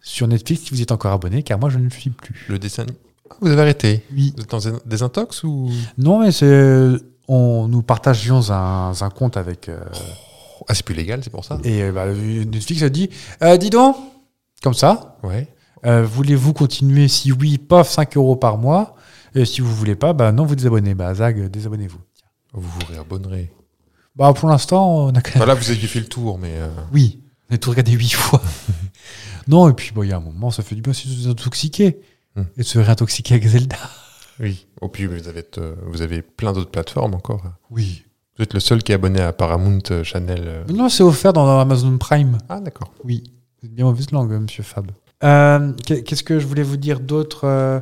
[SPEAKER 2] sur Netflix si vous y êtes encore abonné, car moi, je ne le suis plus.
[SPEAKER 1] le dessin Ah, vous avez arrêté
[SPEAKER 2] Oui.
[SPEAKER 1] vous êtes dans un- des intox ou
[SPEAKER 2] Non, mais c'est. euh, On, nous partagions un, un compte avec. euh,
[SPEAKER 1] ah c'est plus légal c'est pour ça
[SPEAKER 2] Et euh, bah, Netflix a dit Euh, Dis donc Comme ça,
[SPEAKER 1] ouais
[SPEAKER 2] euh, voulez-vous continuer Si oui, paf, 5 euros par mois. Et si vous voulez pas, bah non, vous désabonnez. Bah, Zag, euh, désabonnez-vous.
[SPEAKER 1] vous vous réabonnerez
[SPEAKER 2] Bah, pour l'instant, on a quand même.
[SPEAKER 1] voilà vous avez fait le tour mais euh,
[SPEAKER 2] Oui, on a tout regardé 8 fois. non, et puis, bon, il y a un moment, ça fait du bien aussi de se désintoxiquer.
[SPEAKER 1] Hmm.
[SPEAKER 2] Et de se réintoxiquer avec Zelda.
[SPEAKER 1] oui au puis vous avez euh, vous avez plein d'autres plateformes encore
[SPEAKER 2] Oui.
[SPEAKER 1] vous êtes le seul qui est abonné à Paramount euh, Channel euh.
[SPEAKER 2] Mais non, c'est offert dans Amazon Prime.
[SPEAKER 1] ah d'accord
[SPEAKER 2] Oui, c'est bien mauvaise langue, euh, monsieur Fab. Euh, qu'est- Qu'est-ce que je voulais vous dire d'autre euh,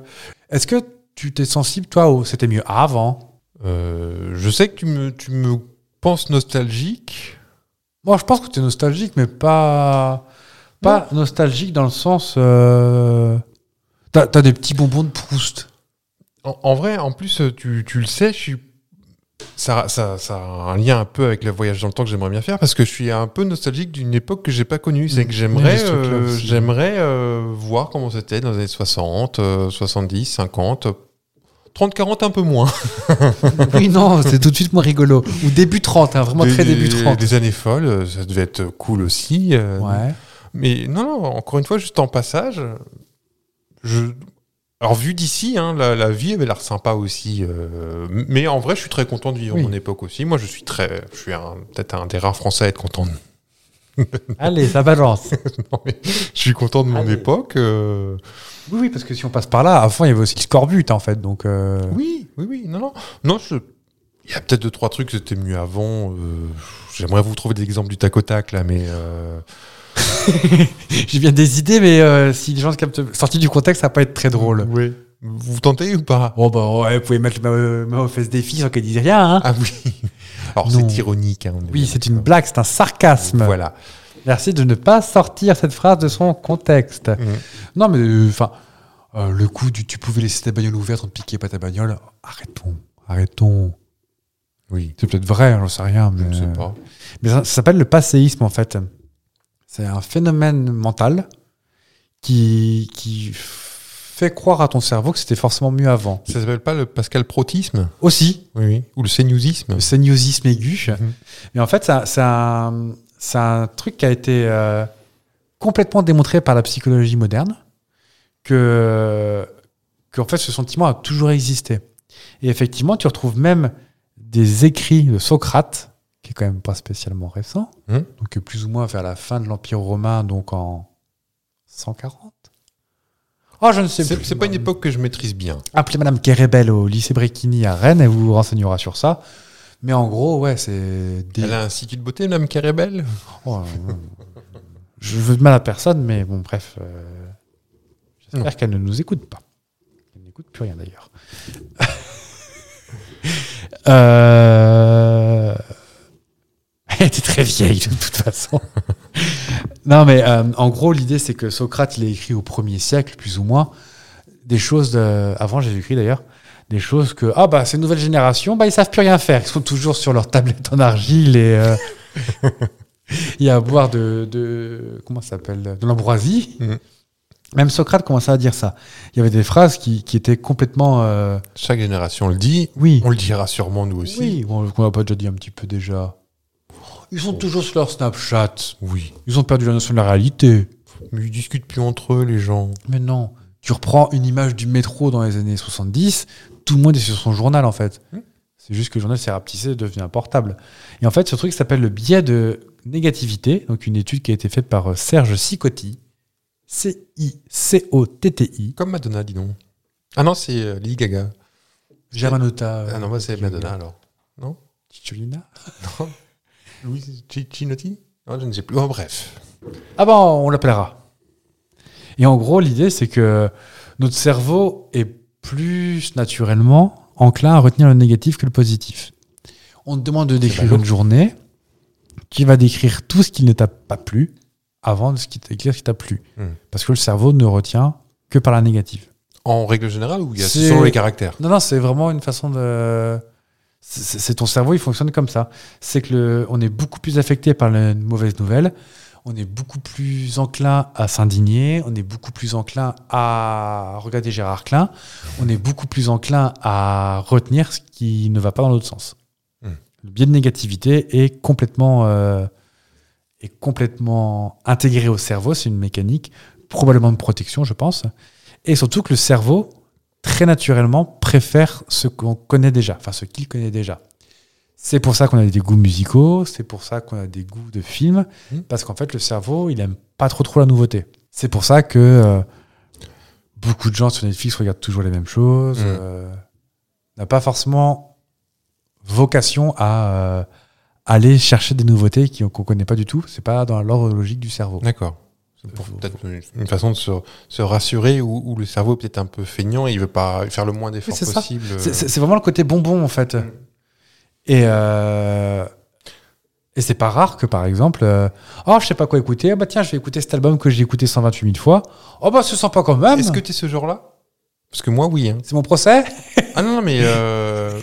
[SPEAKER 2] Est-ce que tu t'es sensible, toi, au c'était mieux avant
[SPEAKER 1] Euh, je sais que tu me, tu me penses nostalgique.
[SPEAKER 2] Moi, je pense que tu es nostalgique, mais pas, pas nostalgique dans le sens. euh, T'as t'as des petits bonbons de Proust.
[SPEAKER 1] En, en vrai, en plus, euh, tu, tu le sais, je suis ça, ça, ça a un lien un peu avec le voyage dans le temps que j'aimerais bien faire parce que je suis un peu nostalgique d'une époque que j'ai pas connue. C'est que
[SPEAKER 2] Mm. Oui,
[SPEAKER 1] j'aimerais,
[SPEAKER 2] ce truc-là
[SPEAKER 1] euh,
[SPEAKER 2] aussi.
[SPEAKER 1] j'aimerais euh, voir comment c'était dans les années 60, euh, 70, 50, 30, 40 un peu moins.
[SPEAKER 2] [laughs] Oui, non, c'est tout de suite moins rigolo. Ou début 30, hein, vraiment
[SPEAKER 1] Des-
[SPEAKER 2] très début
[SPEAKER 1] des-
[SPEAKER 2] 30.
[SPEAKER 1] Des années folles, euh, ça devait être cool aussi. euh,
[SPEAKER 2] Ouais.
[SPEAKER 1] Mais non, non, encore une fois, juste en passage, je. Alors, vu d'ici, hein, la, la vie avait l'air sympa aussi. euh, mais en vrai, je suis très content de vivre
[SPEAKER 2] Oui.
[SPEAKER 1] mon époque aussi. Moi, je suis très. Je suis un- peut-être un des rares Français à être content. de- [laughs]
[SPEAKER 2] Allez, ça balance.
[SPEAKER 1] non, mais je suis content de mon
[SPEAKER 2] Allez.
[SPEAKER 1] époque. euh,
[SPEAKER 2] Oui, oui, parce que si on passe par là, avant, il y avait aussi le scorbut, en fait. Donc, euh,
[SPEAKER 1] Oui, oui, oui. Non, non. Non, je- Il y a peut-être deux, trois trucs que c'était mieux avant. euh, J'aimerais vous trouver des exemples du tac au tac, là, mais. euh,
[SPEAKER 2] j'ai bien des idées, mais euh, si les gens se captent sortis du contexte, ça va pas être très drôle.
[SPEAKER 1] Oui. Vous tentez ou pas
[SPEAKER 2] Oh, bah ouais, vous pouvez mettre ma, ma aux fesses des filles sans qu'elles disent rien. Hein.
[SPEAKER 1] Ah oui. Alors,
[SPEAKER 2] Non.
[SPEAKER 1] c'est ironique. hein, on est
[SPEAKER 2] oui,
[SPEAKER 1] bien
[SPEAKER 2] c'est une
[SPEAKER 1] d'accord.
[SPEAKER 2] blague, c'est un sarcasme.
[SPEAKER 1] Voilà.
[SPEAKER 2] Merci de ne pas sortir cette phrase de son contexte.
[SPEAKER 1] Mmh.
[SPEAKER 2] Non, mais euh, enfin, euh, le coup du tu pouvais laisser ta bagnole ouverte, on ne piquait pas ta bagnole. Arrêtons, arrêtons.
[SPEAKER 1] Oui.
[SPEAKER 2] C'est peut-être vrai, hein, j'en sais rien.
[SPEAKER 1] Je
[SPEAKER 2] Mais, euh,
[SPEAKER 1] ne sais pas.
[SPEAKER 2] mais ça, ça s'appelle le passéisme, en fait. C'est un phénomène mental qui, qui fait croire à ton cerveau que c'était forcément mieux avant.
[SPEAKER 1] Ça s'appelle pas le Pascal Protisme
[SPEAKER 2] Aussi,
[SPEAKER 1] Oui, oui. Ou le Seignousisme
[SPEAKER 2] le saignosisme aigu.
[SPEAKER 1] Mhm.
[SPEAKER 2] Et en fait, ça- c'est un, c'est un truc qui a été euh, complètement démontré par la psychologie moderne, que, que en fait, ce sentiment a toujours existé. Et effectivement, tu retrouves même des écrits de Socrate, qui est quand même pas spécialement récent,
[SPEAKER 1] Mhm.
[SPEAKER 2] donc plus ou moins vers la fin de l'Empire romain, donc en 140. Oh, je ne sais
[SPEAKER 1] C'est
[SPEAKER 2] plus.
[SPEAKER 1] c'est pas une époque que je maîtrise bien.
[SPEAKER 2] Appelez Madame Kerébel au lycée Bréquigny à Rennes, elle vous renseignera sur ça. Mais en gros, ouais, c'est des.
[SPEAKER 1] Elle a un institut de beauté, Madame Carébel
[SPEAKER 2] Oh, euh, je veux de mal à personne, mais bon, bref. euh,
[SPEAKER 1] Non.
[SPEAKER 2] J'espère qu'elle ne nous écoute pas. Elle n'écoute plus rien d'ailleurs. [laughs] Euh, Elle était très vieille de toute façon. non, mais euh, en gros, l'idée c'est que Socrate, il a écrit au premier siècle, plus ou moins, des choses de- avant Jésus-Christ d'ailleurs, des choses que ah bah ces nouvelles générations, bah ils savent plus rien faire, ils sont toujours sur leur tablette en argile et euh, il y a à boire de, de comment ça s'appelle de l'ambroisie.
[SPEAKER 1] Mhm.
[SPEAKER 2] Même Socrate commençait à dire ça. Il y avait des phrases qui, qui étaient complètement euh,
[SPEAKER 1] Chaque génération le dit.
[SPEAKER 2] oui.
[SPEAKER 1] On le dira sûrement, nous aussi.
[SPEAKER 2] Oui, bon, qu'on n'a pas déjà dit un petit peu déjà. Ils sont toujours sur leur Snapchat.
[SPEAKER 1] Oui.
[SPEAKER 2] Ils ont perdu la notion de la réalité.
[SPEAKER 1] Mais ils discutent plus entre eux, les gens.
[SPEAKER 2] Mais non, tu reprends une image du métro dans les années 70, tout le monde est sur son journal en fait.
[SPEAKER 1] Hmm.
[SPEAKER 2] C'est juste que le journal s'est rapetissé et devenu un portable. Et en fait, ce truc s'appelle le biais de négativité, donc une étude qui a été faite par euh, Serge Sicotti. C-I-C-O-T-T-I.
[SPEAKER 1] Comme Madonna, dis donc. Ah non, c'est euh, Lady Gaga.
[SPEAKER 2] Germanota.
[SPEAKER 1] Ah non, moi, c'est Madonna, alors.
[SPEAKER 2] Cicciolina.
[SPEAKER 1] Non Louise Ci- Cinotti Non, je ne sais plus. Oh, bref.
[SPEAKER 2] Ah bon, on l'appellera. Et en gros, l'idée, c'est que notre cerveau est plus naturellement enclin à retenir le négatif que le positif. On te demande de décrire
[SPEAKER 1] ballot.
[SPEAKER 2] une journée, tu vas décrire tout ce qui ne t'a pas plu avant de ce qui d'écrire ce qui t'a plu.
[SPEAKER 1] Hmm.
[SPEAKER 2] Parce que le cerveau ne retient que par la négative.
[SPEAKER 1] En règle générale, ou il y a
[SPEAKER 2] C'est-
[SPEAKER 1] selon les caractères
[SPEAKER 2] Non, non, c'est vraiment une façon de. c'est- C'est c'est ton cerveau, il fonctionne comme ça. C'est que le, on est beaucoup plus affecté par la mauvaise nouvelle. On est beaucoup plus enclin à s'indigner. On est beaucoup plus enclin à regarder Gérard Klein. On est beaucoup plus enclin à retenir ce qui ne va pas dans l'autre sens.
[SPEAKER 1] Hmm.
[SPEAKER 2] Le biais de négativité est complètement, euh, est complètement intégré au cerveau. C'est une mécanique probablement de protection, je pense. Et surtout que le cerveau, très naturellement préfère ce qu'on connaît déjà, enfin ce qu'il connaît déjà. C'est pour ça qu'on a des goûts musicaux, c'est pour ça qu'on a des goûts de films,
[SPEAKER 1] Mhm.
[SPEAKER 2] parce qu'en fait le cerveau il aime pas trop trop la nouveauté. C'est pour ça que euh, beaucoup de gens sur Netflix regardent toujours les mêmes choses,
[SPEAKER 1] Mhm.
[SPEAKER 2] euh, n'a pas forcément vocation à euh, aller chercher des nouveautés qui- qu'on connaît pas du tout. C'est pas dans l'ordre logique du cerveau.
[SPEAKER 1] D'accord. C'est pour- peut-être une, une façon de se, se rassurer où, où le cerveau est peut-être un peu feignant et il veut pas faire le moins d'efforts
[SPEAKER 2] Oui, c'est ça.
[SPEAKER 1] possible.
[SPEAKER 2] C'est- C'est c'est vraiment le côté bonbon, en fait. Et, euh, et c'est pas rare que, par exemple, euh, oh, je sais pas quoi écouter, ah bah tiens, je vais écouter cet album que j'ai écouté 128 000 fois. Oh bah, ce sent pas quand même.
[SPEAKER 1] Est-ce que tu es ce genre-là Parce que moi, oui. hein.
[SPEAKER 2] C'est mon procès
[SPEAKER 1] Ah non, non, mais. euh,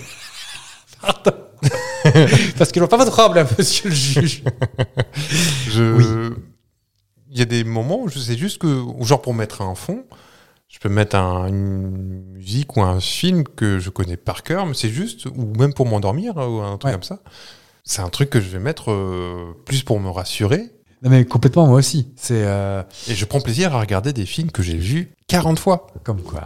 [SPEAKER 2] [laughs] Parce qu'ils n'ont pas votre robe, là, [laughs] monsieur le juge.
[SPEAKER 1] Je-
[SPEAKER 2] Oui.
[SPEAKER 1] Il y a des moments où je sais juste que, genre pour mettre un fond, je peux mettre un- une musique ou un film que je connais par cœur, mais c'est juste, ou même pour m'endormir hein, ou un truc
[SPEAKER 2] Ouais.
[SPEAKER 1] comme ça. C'est un truc que je vais mettre euh, plus pour me rassurer.
[SPEAKER 2] Non, mais complètement, moi aussi. C'est euh,
[SPEAKER 1] Et je prends plaisir à regarder des films que j'ai vus 40 fois.
[SPEAKER 2] comme quoi.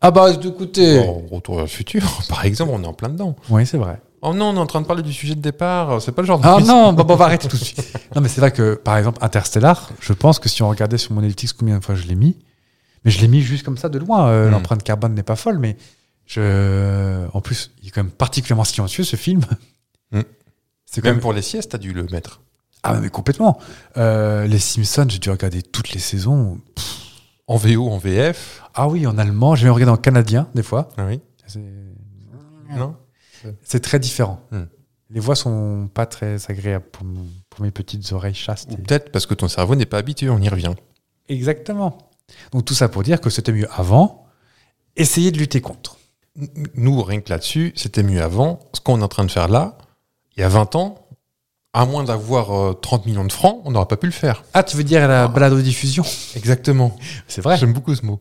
[SPEAKER 2] Ah, bah, écoutez.
[SPEAKER 1] En Retour vers le futur, [laughs] par exemple, on est en plein dedans.
[SPEAKER 2] Oui, c'est vrai.
[SPEAKER 1] Oh non, on est en train de parler du sujet de départ, c'est pas le genre de
[SPEAKER 2] Ah
[SPEAKER 1] musique.
[SPEAKER 2] non, bon, bon, on va arrêter tout de suite. Non, mais c'est vrai que, par exemple, Interstellar, je pense que si on regardait sur mon elliptique combien de fois je l'ai mis, mais je l'ai mis juste comme ça de loin. euh,
[SPEAKER 1] Hmm.
[SPEAKER 2] L'empreinte carbone n'est pas folle, mais je. En plus, il est quand même particulièrement silencieux ce film.
[SPEAKER 1] Hmm.
[SPEAKER 2] C'est quand
[SPEAKER 1] Même
[SPEAKER 2] même.
[SPEAKER 1] pour les siestes, t'as dû le mettre.
[SPEAKER 2] Ah, mais complètement. Euh, les Simpsons, j'ai dû regarder toutes les saisons.
[SPEAKER 1] En VO, en VF.
[SPEAKER 2] Ah oui, en allemand, j'ai même regardé en canadien, des fois.
[SPEAKER 1] Ah oui.
[SPEAKER 2] C'est-
[SPEAKER 1] Non
[SPEAKER 2] Ah. C'est très différent.
[SPEAKER 1] Hmm.
[SPEAKER 2] Les voix sont pas très agréables pour, mon- pour mes petites oreilles chastes.
[SPEAKER 1] Ou
[SPEAKER 2] et-
[SPEAKER 1] peut-être parce que ton cerveau n'est pas habitué, on y revient.
[SPEAKER 2] Exactement. Donc tout ça pour dire que c'était mieux avant. Essayez de lutter contre.
[SPEAKER 1] N- Nous, rien que là-dessus, c'était mieux avant. Ce qu'on est en train de faire là, il y a 20 ans, à moins d'avoir euh, 30 millions de francs, on n'aurait pas pu le faire.
[SPEAKER 2] Ah, tu veux dire la baladodiffusion
[SPEAKER 1] Exactement.
[SPEAKER 2] C'est vrai.
[SPEAKER 1] J'aime beaucoup ce mot.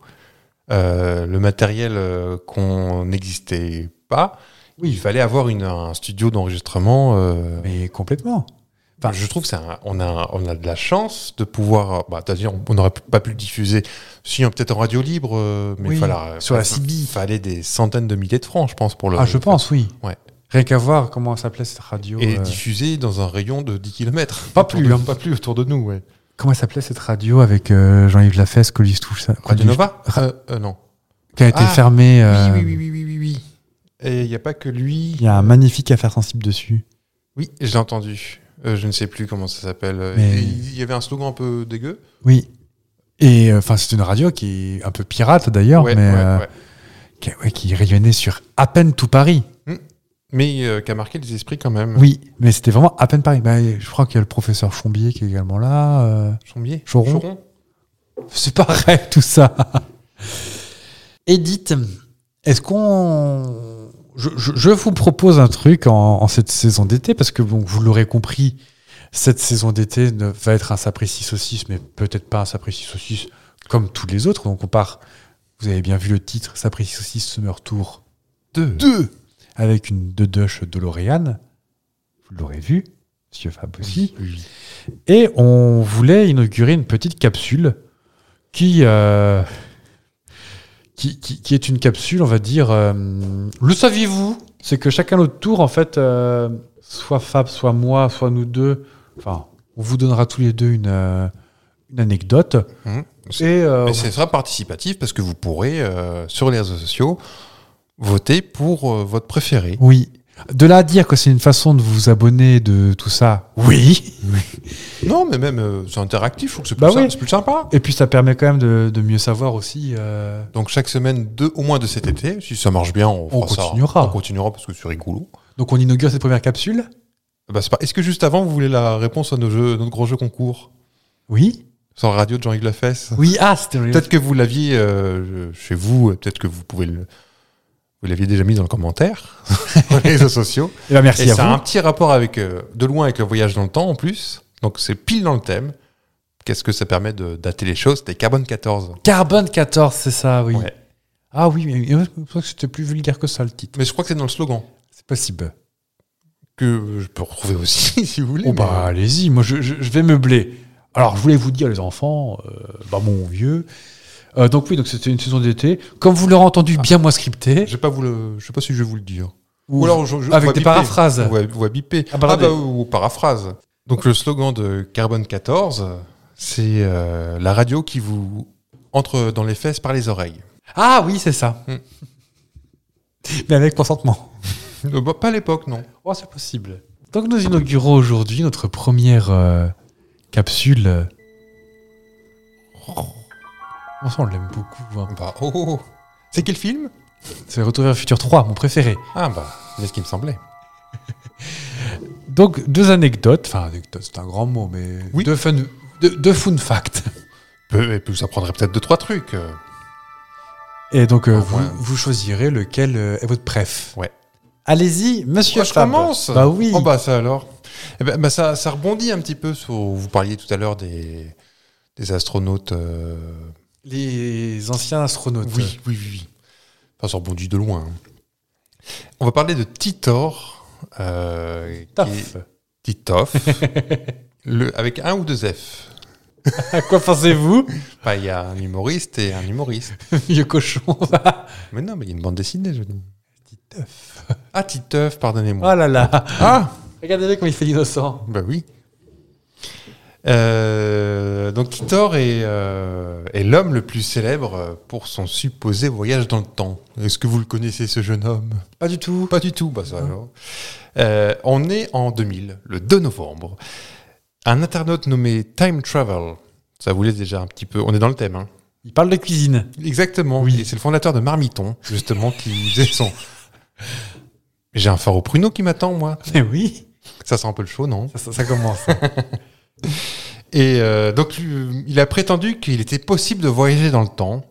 [SPEAKER 1] Euh, le matériel euh, qu'on n'existait pas,
[SPEAKER 2] Oui.
[SPEAKER 1] il fallait avoir une, un studio d'enregistrement. euh,
[SPEAKER 2] Mais complètement.
[SPEAKER 1] Enfin, je trouve qu'on a, on a de la chance de pouvoir. euh, Bah, t'as dit, on n'aurait pu- pas pu le diffuser. Si, euh, peut-être en radio libre, euh, mais
[SPEAKER 2] Oui,
[SPEAKER 1] il fallait,
[SPEAKER 2] sur la
[SPEAKER 1] il
[SPEAKER 2] CB.
[SPEAKER 1] fallait des centaines de milliers de francs, je pense, pour le.
[SPEAKER 2] Ah, je pense, oui.
[SPEAKER 1] Ouais.
[SPEAKER 2] Rien qu'à voir comment s'appelait cette radio.
[SPEAKER 1] Et
[SPEAKER 2] euh,
[SPEAKER 1] diffuser dans un rayon de 10 km.
[SPEAKER 2] Pas plus, hein.
[SPEAKER 1] pas plus autour de nous, ouais.
[SPEAKER 2] Comment s'appelait cette radio avec euh, Jean-Yves Lafesse, Colis tout ça
[SPEAKER 1] Radio
[SPEAKER 2] Colis-
[SPEAKER 1] Nova Euh, euh, Non.
[SPEAKER 2] Qui a été
[SPEAKER 1] Ah,
[SPEAKER 2] fermée. euh,
[SPEAKER 1] Oui, oui, oui, oui, oui, oui. Et il n'y a pas que lui.
[SPEAKER 2] Il y a un magnifique affaire sensible dessus.
[SPEAKER 1] Oui, je l'ai entendu. Euh, je ne sais plus comment ça s'appelle. Euh,
[SPEAKER 2] Mais-
[SPEAKER 1] Il y avait un slogan un peu dégueu.
[SPEAKER 2] Oui. Et euh, enfin, c'est une radio qui est un peu pirate d'ailleurs,
[SPEAKER 1] Ouais,
[SPEAKER 2] mais
[SPEAKER 1] ouais,
[SPEAKER 2] euh,
[SPEAKER 1] ouais.
[SPEAKER 2] Qui, ouais, qui rayonnait sur à peine tout Paris.
[SPEAKER 1] Mais euh, qui a marqué les esprits quand même.
[SPEAKER 2] Oui, mais c'était vraiment à peine Paris. Bah, je crois qu'il y a le professeur Chombier qui est également là. euh, [laughs]
[SPEAKER 1] Chambier
[SPEAKER 2] Choron. C'est pareil, tout ça. [laughs] Edith, est-ce qu'on. Je, je- je vous propose un truc en, en cette saison d'été, parce que bon, vous l'aurez compris, cette saison d'été ne va être un sapristi saucisse, mais peut-être pas un sapristi saucisse comme tous les autres. Donc on part, vous avez bien vu le titre, sapristi saucisse Summer Tour
[SPEAKER 1] Deux.
[SPEAKER 2] 2 avec une Dedoche DeLorean. Vous l'aurez vu, monsieur Fab aussi. Et on voulait inaugurer une petite capsule qui, euh, qui, qui, qui est une capsule, on va dire. euh, le saviez-vous C'est que chacun notre tour, en fait, euh, soit Fab, soit moi, soit nous deux, enfin, on vous donnera tous les deux une, euh, une anecdote.
[SPEAKER 1] Mhm.
[SPEAKER 2] Et euh,
[SPEAKER 1] Mais ce sera participatif parce que vous pourrez, euh, sur les réseaux sociaux, voter pour euh, votre préféré.
[SPEAKER 2] Oui. De là à dire que c'est une façon de vous abonner de tout ça, oui.
[SPEAKER 1] Non, mais même, euh, c'est interactif, je trouve que c'est plus,
[SPEAKER 2] Bah
[SPEAKER 1] sy-
[SPEAKER 2] oui.
[SPEAKER 1] c'est plus sympa.
[SPEAKER 2] Et puis ça permet quand même de, de mieux savoir aussi. euh,
[SPEAKER 1] Donc chaque semaine, deux, au moins de cet été, si ça marche bien, on,
[SPEAKER 2] On
[SPEAKER 1] fera ça.
[SPEAKER 2] continuera.
[SPEAKER 1] On continuera parce que c'est rigolo.
[SPEAKER 2] Donc on inaugure cette première capsule.
[SPEAKER 1] Bah, c'est pas... Est-ce que juste avant, vous voulez la réponse à nos jeux, notre gros jeu concours
[SPEAKER 2] Oui.
[SPEAKER 1] Sur la radio de Jean-Yves Lafesse
[SPEAKER 2] Oui, ah, c'était
[SPEAKER 1] Peut-être que vous l'aviez euh, chez vous, et peut-être que vous pouvez le. Vous l'aviez déjà mis dans le commentaire, [laughs] sur les réseaux sociaux.
[SPEAKER 2] Eh ben, merci
[SPEAKER 1] et
[SPEAKER 2] à
[SPEAKER 1] ça a un
[SPEAKER 2] vous.
[SPEAKER 1] petit rapport avec, euh, de loin avec le voyage dans le temps en plus. Donc c'est pile dans le thème. Qu'est-ce que ça permet de dater les choses C'était Carbone 14.
[SPEAKER 2] Carbone 14, c'est ça, oui.
[SPEAKER 1] Ouais.
[SPEAKER 2] Ah oui, mais je crois que c'était plus vulgaire que ça le titre.
[SPEAKER 1] Mais je crois que c'est dans le slogan
[SPEAKER 2] C'est possible.
[SPEAKER 1] que je peux retrouver aussi [laughs] si vous voulez.
[SPEAKER 2] Oh
[SPEAKER 1] mais- euh,
[SPEAKER 2] bah allez-y, moi je, je- je vais meubler. Alors je voulais vous dire les enfants, euh, bah mon vieux. Euh, donc oui, donc c'était une saison d'été. Comme vous l'aurez
[SPEAKER 1] Ah.
[SPEAKER 2] entendu, bien moins scripté.
[SPEAKER 1] Je sais pas vous le, je sais pas si je vais vous le dire.
[SPEAKER 2] Ou-
[SPEAKER 1] je- je- on
[SPEAKER 2] avec
[SPEAKER 1] va
[SPEAKER 2] des
[SPEAKER 1] biper.
[SPEAKER 2] paraphrases.
[SPEAKER 1] On va, on va biper.
[SPEAKER 2] Ah,
[SPEAKER 1] Ah,
[SPEAKER 2] pardon.
[SPEAKER 1] bah ou, ou paraphrase. Donc le slogan de Carbone 14, c'est euh, la radio qui vous entre dans les fesses par les oreilles. [laughs]
[SPEAKER 2] Ah oui, c'est ça.
[SPEAKER 1] Hmm.
[SPEAKER 2] Mais avec consentement.
[SPEAKER 1] Euh, bah, pas à l'époque non.
[SPEAKER 2] Oh, c'est possible. Donc nous inaugurons aujourd'hui notre première euh, capsule. euh. Oh, ça, on l'aime beaucoup. hein.
[SPEAKER 1] Bah, oh, oh, oh. C'est quel film
[SPEAKER 2] C'est Retour vers le futur 3, mon préféré.
[SPEAKER 1] Ah bah c'est ce qui me semblait.
[SPEAKER 2] Donc deux anecdotes, enfin anecdotes, c'est un grand mot, mais
[SPEAKER 1] Oui.
[SPEAKER 2] deux fun, deux, deux fun facts.
[SPEAKER 1] Peu, et puis ça prendrait peut-être deux trois trucs. euh.
[SPEAKER 2] Et donc euh,
[SPEAKER 1] Au
[SPEAKER 2] vous,
[SPEAKER 1] moins.
[SPEAKER 2] vous choisirez lequel euh, est votre préf.
[SPEAKER 1] Ouais.
[SPEAKER 2] Allez-y, monsieur.
[SPEAKER 1] Moi, je
[SPEAKER 2] Fab.
[SPEAKER 1] commence
[SPEAKER 2] Bah oui.
[SPEAKER 1] Oh, bah ça alors. Eh ben, bah, ça, ça rebondit un petit peu sur. Vous parliez tout à l'heure des, des astronautes. euh,
[SPEAKER 2] Les anciens astronautes.
[SPEAKER 1] Oui, oui, oui. oui. Enfin, ça rebondit de loin. hein. On va parler de Titor. euh, qui
[SPEAKER 2] Taf.
[SPEAKER 1] est- [laughs] Titoff. le, avec un ou deux F.
[SPEAKER 2] À quoi pensez-vous,
[SPEAKER 1] Bah, Il y a un humoriste et un humoriste.
[SPEAKER 2] vieux cochon [laughs]
[SPEAKER 1] Mais non, mais il y a une bande dessinée, je dis. Ah, Titeuf, pardonnez-moi.
[SPEAKER 2] Oh là là.
[SPEAKER 1] Ah
[SPEAKER 2] Regardez-le comme il fait l'innocent.
[SPEAKER 1] Bah oui. Euh, donc Titor est, euh, est l'homme le plus célèbre euh, pour son supposé voyage dans le temps. Est-ce que vous le connaissez ce jeune homme
[SPEAKER 2] Pas du tout.
[SPEAKER 1] Pas du tout, bah ça alors. Euh, on est en 2000, le 2 novembre. Un internaute nommé Time Travel, ça vous laisse déjà un petit peu, on est dans le thème. Hein.
[SPEAKER 2] Il parle de cuisine.
[SPEAKER 1] Exactement, oui. Et c'est le fondateur de Marmiton, justement, qui [laughs] faisait son... J'ai un phare au pruneau qui m'attend, moi.
[SPEAKER 2] Mais oui.
[SPEAKER 1] Ça sent un peu le chaud, non
[SPEAKER 2] Ça, ça- ça commence.
[SPEAKER 1] Et euh, donc, lui, il a prétendu qu'il était possible de voyager dans le temps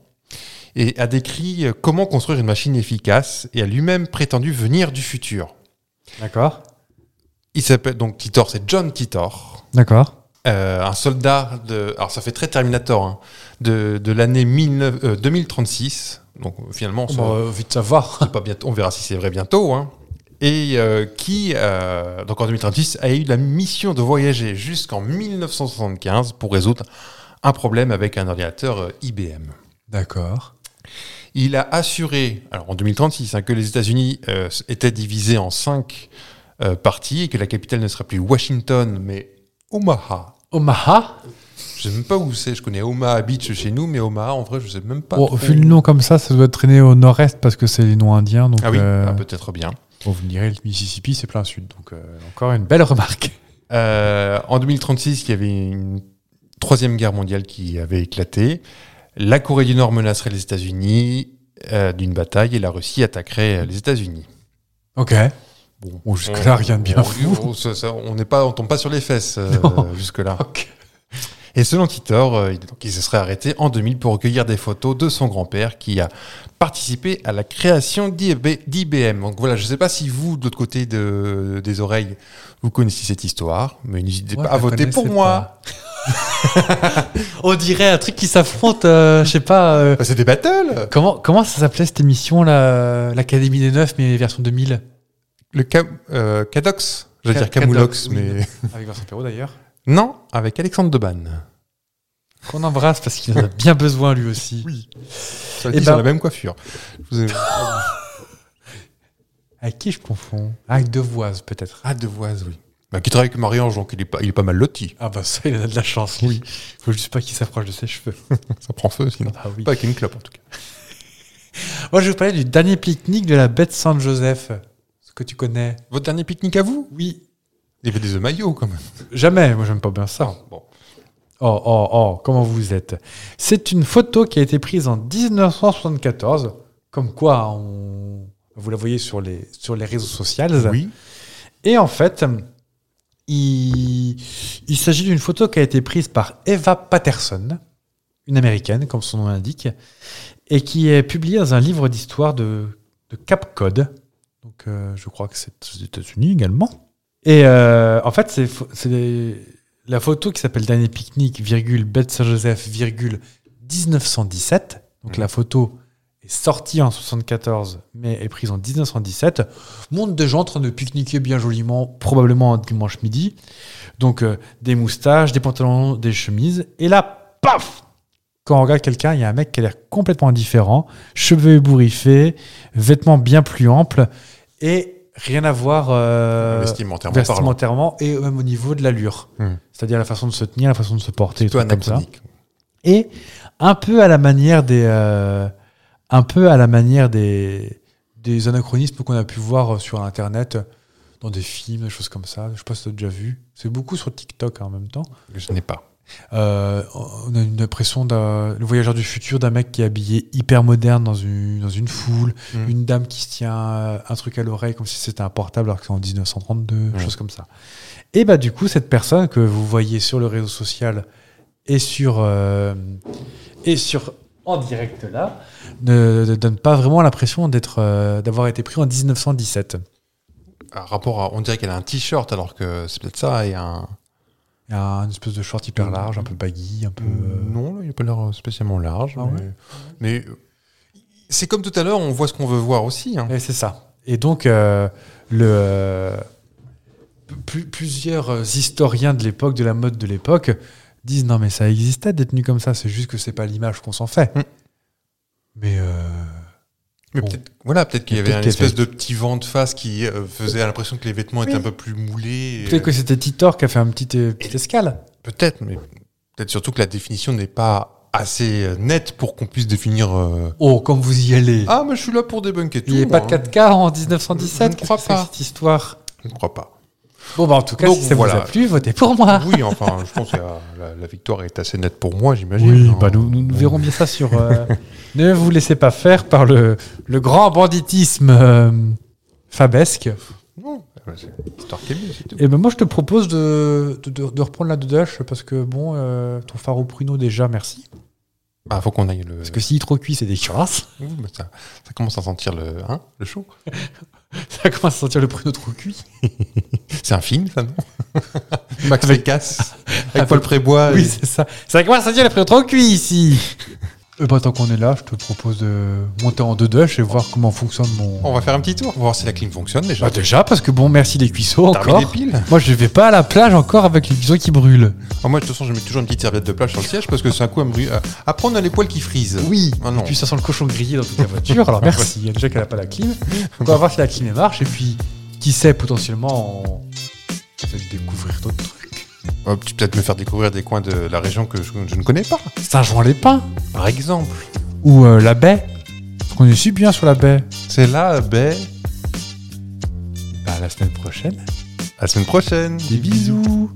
[SPEAKER 1] et a décrit euh, comment construire une machine efficace et a lui-même prétendu venir du futur.
[SPEAKER 2] [laughs] D'accord.
[SPEAKER 1] Il s'appelle donc Titor, c'est John Titor,
[SPEAKER 2] D'accord.
[SPEAKER 1] euh, un soldat de. Alors, ça fait très Terminator, hein, de, de l'année 19 euh, 2036. Donc, euh, finalement,
[SPEAKER 2] Bah,
[SPEAKER 1] on, se-
[SPEAKER 2] vite savoir.
[SPEAKER 1] c'est Ah, pas bientôt- on verra si c'est vrai bientôt. hein. Et euh, qui, euh, donc en 2036, a eu la mission de voyager jusqu'en 1975 pour résoudre un problème avec un ordinateur euh, IBM.
[SPEAKER 2] [laughs] D'accord.
[SPEAKER 1] Il a assuré, alors en 2036, hein, que les États-Unis euh, s- étaient divisés en cinq euh, parties et que la capitale ne serait plus Washington, mais Omaha.
[SPEAKER 2] Omaha
[SPEAKER 1] Je sais même pas où c'est, je connais Omaha Beach chez nous, mais Omaha, en vrai, je sais même pas.
[SPEAKER 2] Bon,
[SPEAKER 1] trop.
[SPEAKER 2] Oh, Vu le nom comme ça, ça doit traîner au nord-est parce que c'est les noms indiens. Donc,
[SPEAKER 1] Ah oui,
[SPEAKER 2] euh,
[SPEAKER 1] ah, peut-être bien.
[SPEAKER 2] bon, vous me direz, le Mississippi, c'est plein sud. Donc, euh, encore une belle remarque.
[SPEAKER 1] Euh, en 2036, il y avait une troisième guerre mondiale qui avait éclaté. La Corée du Nord menacerait les États-Unis euh, d'une bataille et la Russie attaquerait euh, les États-Unis.
[SPEAKER 2] [laughs] Ok.
[SPEAKER 1] Bon,
[SPEAKER 2] Bon, jusque-là, rien de bien
[SPEAKER 1] on-
[SPEAKER 2] fou.
[SPEAKER 1] on- ça- ça- on n'est pas, on tombe pas sur les fesses euh,
[SPEAKER 2] Non.
[SPEAKER 1] jusque-là. Et selon Titor, euh, il, donc, il se serait arrêté en 2000 pour recueillir des photos de son grand-père qui a participé à la création d'IB d'IBM. Donc voilà, je ne sais pas si vous, de l'autre côté de- des oreilles, vous connaissez cette histoire, mais n'hésitez
[SPEAKER 2] Moi,
[SPEAKER 1] pas
[SPEAKER 2] je
[SPEAKER 1] à
[SPEAKER 2] la
[SPEAKER 1] voter pour
[SPEAKER 2] connaissais
[SPEAKER 1] moi.
[SPEAKER 2] [laughs] On dirait un truc qui s'affronte, euh, je sais pas.
[SPEAKER 1] Bah, c'est des battles
[SPEAKER 2] Comment, comment ça s'appelait cette émission, là, euh, l'Académie des Neufs, mais version 2000
[SPEAKER 1] Le Cam- euh, Cadox J'allais
[SPEAKER 2] Ca-
[SPEAKER 1] dire Camoulox,
[SPEAKER 2] Cadox, oui.
[SPEAKER 1] mais... [laughs]
[SPEAKER 2] Avec Vincent Perrault d'ailleurs.
[SPEAKER 1] Non, avec Alexandre Deban.
[SPEAKER 2] Qu'on embrasse parce qu'il en a bien besoin lui aussi.
[SPEAKER 1] Oui. Ça
[SPEAKER 2] Eh
[SPEAKER 1] dit, ils
[SPEAKER 2] ben-
[SPEAKER 1] ont la même coiffure. Je vous ai-
[SPEAKER 2] [laughs] Avec qui je confonds Ah, Avec Devoise peut-être.
[SPEAKER 1] Ah, Devoise, oui. Bah, qui travaille avec Marie-Ange, donc il est, pas, il est pas mal loti.
[SPEAKER 2] Ah bah ça, il en a de la chance,
[SPEAKER 1] [laughs]
[SPEAKER 2] oui. Faut juste pas qu'il s'approche de ses cheveux.
[SPEAKER 1] Ça prend feu, sinon.
[SPEAKER 2] Ah oui.
[SPEAKER 1] Pas avec une clope, en tout cas.
[SPEAKER 2] Moi, je vais vous parler du dernier pique-nique de la bête Saint-Joseph. Ce que tu connais.
[SPEAKER 1] Votre dernier pique-nique à vous
[SPEAKER 2] Oui.
[SPEAKER 1] Il y avait des œufs maillots, quand même.
[SPEAKER 2] Jamais, moi j'aime pas bien ça.
[SPEAKER 1] Bon.
[SPEAKER 2] Oh, oh, oh, comment vous êtes. C'est une photo qui a été prise en 1974, comme quoi on... vous la voyez sur les, sur les réseaux sociaux.
[SPEAKER 1] Oui.
[SPEAKER 2] Et en fait, il, il s'agit d'une photo qui a été prise par Eva Patterson, une américaine, comme son nom l'indique, et qui est publiée dans un livre d'histoire de, de Cap Cod. Donc, euh, je crois que c'est aux États-Unis également. Et euh, en fait, c'est pho- c'est des- la photo qui s'appelle Dernier pique-nique, virgule, Bête Saint-Joseph, virgule, 1917. Donc,
[SPEAKER 1] Mhm.
[SPEAKER 2] la photo est sortie en 74, mais est prise en 1917 monde de gens en train de pique-niquer bien joliment, probablement un dimanche midi. Donc euh, des moustaches, des pantalons, des chemises. Et là, paf Quand on regarde quelqu'un, il y a un mec qui a l'air complètement indifférent, cheveux ébouriffés, vêtements bien plus amples et rien à voir euh,
[SPEAKER 1] Vestimentairement parlant.
[SPEAKER 2] vestimentairement et euh, même au niveau de l'allure.
[SPEAKER 1] Hmm.
[SPEAKER 2] C'est-à-dire la façon de se tenir, la façon de se porter, des
[SPEAKER 1] Plutôt
[SPEAKER 2] trucs comme ça
[SPEAKER 1] anachronique.
[SPEAKER 2] et un peu à la manière des euh, un peu à la manière des des anachronismes qu'on a pu voir euh, sur internet dans des films des choses comme ça je sais pas si tu as déjà vu c'est beaucoup sur TikTok hein, en même temps
[SPEAKER 1] Je n'ai pas.
[SPEAKER 2] Euh, on a une impression d'un le voyageur du futur d'un mec qui est habillé hyper moderne dans une dans une foule
[SPEAKER 1] Mm.
[SPEAKER 2] une dame qui se tient euh, un truc à l'oreille comme si c'était un portable alors que c'est en 1932
[SPEAKER 1] Mm.
[SPEAKER 2] choses comme ça et bah du coup cette personne que vous voyez sur le réseau social et sur euh, et sur en direct là ne, ne donne pas vraiment l'impression d'être euh, d'avoir été pris en 1917.
[SPEAKER 1] un rapport à- on dirait qu'elle a un t-shirt alors que c'est peut-être ça et un
[SPEAKER 2] Il y a un espèce de short hyper large, un peu baggy, un peu. euh,
[SPEAKER 1] non, là, il n'a pas l'air spécialement large.
[SPEAKER 2] Ah
[SPEAKER 1] mais mais, euh, c'est comme tout à l'heure, on voit ce qu'on veut voir aussi. hein.
[SPEAKER 2] Et c'est ça. Et donc, euh, le, euh, plus- plusieurs euh, historiens de l'époque, de la mode de l'époque, disent non, mais ça existait des tenues comme ça, c'est juste que c'est pas l'image qu'on s'en fait.
[SPEAKER 1] Mm.
[SPEAKER 2] Mais. euh,
[SPEAKER 1] Mais
[SPEAKER 2] bon.
[SPEAKER 1] peut-être, voilà, peut-être qu'il y avait
[SPEAKER 2] Oh. Peut-être
[SPEAKER 1] un
[SPEAKER 2] qu'il y
[SPEAKER 1] espèce
[SPEAKER 2] avait-
[SPEAKER 1] de petit vent de face qui euh, faisait l'impression que les vêtements étaient
[SPEAKER 2] Oui.
[SPEAKER 1] un peu plus moulés. et-
[SPEAKER 2] Peut-être que c'était Titor qui a fait un petit, euh, petite escale.
[SPEAKER 1] Peut-être, mais peut-être surtout que la définition n'est pas assez euh, nette pour qu'on puisse définir. euh,
[SPEAKER 2] Oh, comme vous y allez.
[SPEAKER 1] Ah, mais je suis là pour débunker tout.
[SPEAKER 2] Il n'y a
[SPEAKER 1] moi,
[SPEAKER 2] pas de
[SPEAKER 1] hein.
[SPEAKER 2] 4K en
[SPEAKER 1] Je ne
[SPEAKER 2] 1917,
[SPEAKER 1] crois
[SPEAKER 2] crois
[SPEAKER 1] pas.
[SPEAKER 2] pas. Cette histoire.
[SPEAKER 1] Je ne crois pas.
[SPEAKER 2] Bon, bah, en tout cas,
[SPEAKER 1] Donc,
[SPEAKER 2] si ça
[SPEAKER 1] voilà.
[SPEAKER 2] vous a plu, votez pour moi.
[SPEAKER 1] Oui, enfin, je pense que la, la- la victoire est assez nette pour moi, j'imagine.
[SPEAKER 2] Oui,
[SPEAKER 1] hein.
[SPEAKER 2] bah nous, nous- nous verrons bien ça sur. [laughs] euh, ne vous laissez pas faire par le, le grand banditisme euh, fabesque.
[SPEAKER 1] Non, bah, c'est l'histoire qui est mieux, c'est tout.
[SPEAKER 2] Et ben moi, je te propose de, de, de- de reprendre la Dodache parce que bon, euh, ton phare au pruneau déjà, merci.
[SPEAKER 1] Bah, faut qu'on aille le.
[SPEAKER 2] Parce que s'il est trop cuit, c'est dégueulasse. [laughs]
[SPEAKER 1] Ouh, mais ça, ça commence à sentir le, hein, le chaud.
[SPEAKER 2] Ça commence à sentir le pruneau trop cuit.
[SPEAKER 1] C'est un film, ça, non Max Vegas, avec, Paul Prébois.
[SPEAKER 2] Ah Oui,
[SPEAKER 1] et-
[SPEAKER 2] c'est ça. Ça commence à sentir le pruneau trop cuit [laughs] ici. Et ben tant qu'on est là, je te propose de monter en Dodache et voir comment fonctionne mon.
[SPEAKER 1] On va faire un petit tour, on va voir si la clim fonctionne déjà.
[SPEAKER 2] Bah déjà, parce que bon, merci les cuissots
[SPEAKER 1] T'as remis
[SPEAKER 2] encore.
[SPEAKER 1] des piles
[SPEAKER 2] Moi, je vais pas à la plage encore avec les cuissots qui brûlent.
[SPEAKER 1] Ah, moi, de toute façon, je mets toujours une petite serviette de plage sur le siège parce que c'est un coup à me. ru- à- Après, on a les poils qui frisent.
[SPEAKER 2] Oui,
[SPEAKER 1] Ah non.
[SPEAKER 2] et puis ça sent le cochon grillé dans toute la voiture.
[SPEAKER 1] [laughs]
[SPEAKER 2] Alors merci, il y a déjà qu'elle n'a pas la clim. Donc on va voir si la clim elle marche et puis qui sait potentiellement on... peut-être découvrir d'autres trucs.
[SPEAKER 1] Euh, tu peux peut-être me faire découvrir des coins de la région que je, je ne connais pas,
[SPEAKER 2] Saint-Jean-les-Pins
[SPEAKER 1] par exemple.
[SPEAKER 2] ou euh, la baie. Parce qu'on est si bien sur la baie.
[SPEAKER 1] C'est là, ben,
[SPEAKER 2] Bah, à la semaine prochaine.
[SPEAKER 1] à la semaine prochaine.
[SPEAKER 2] Des bisous.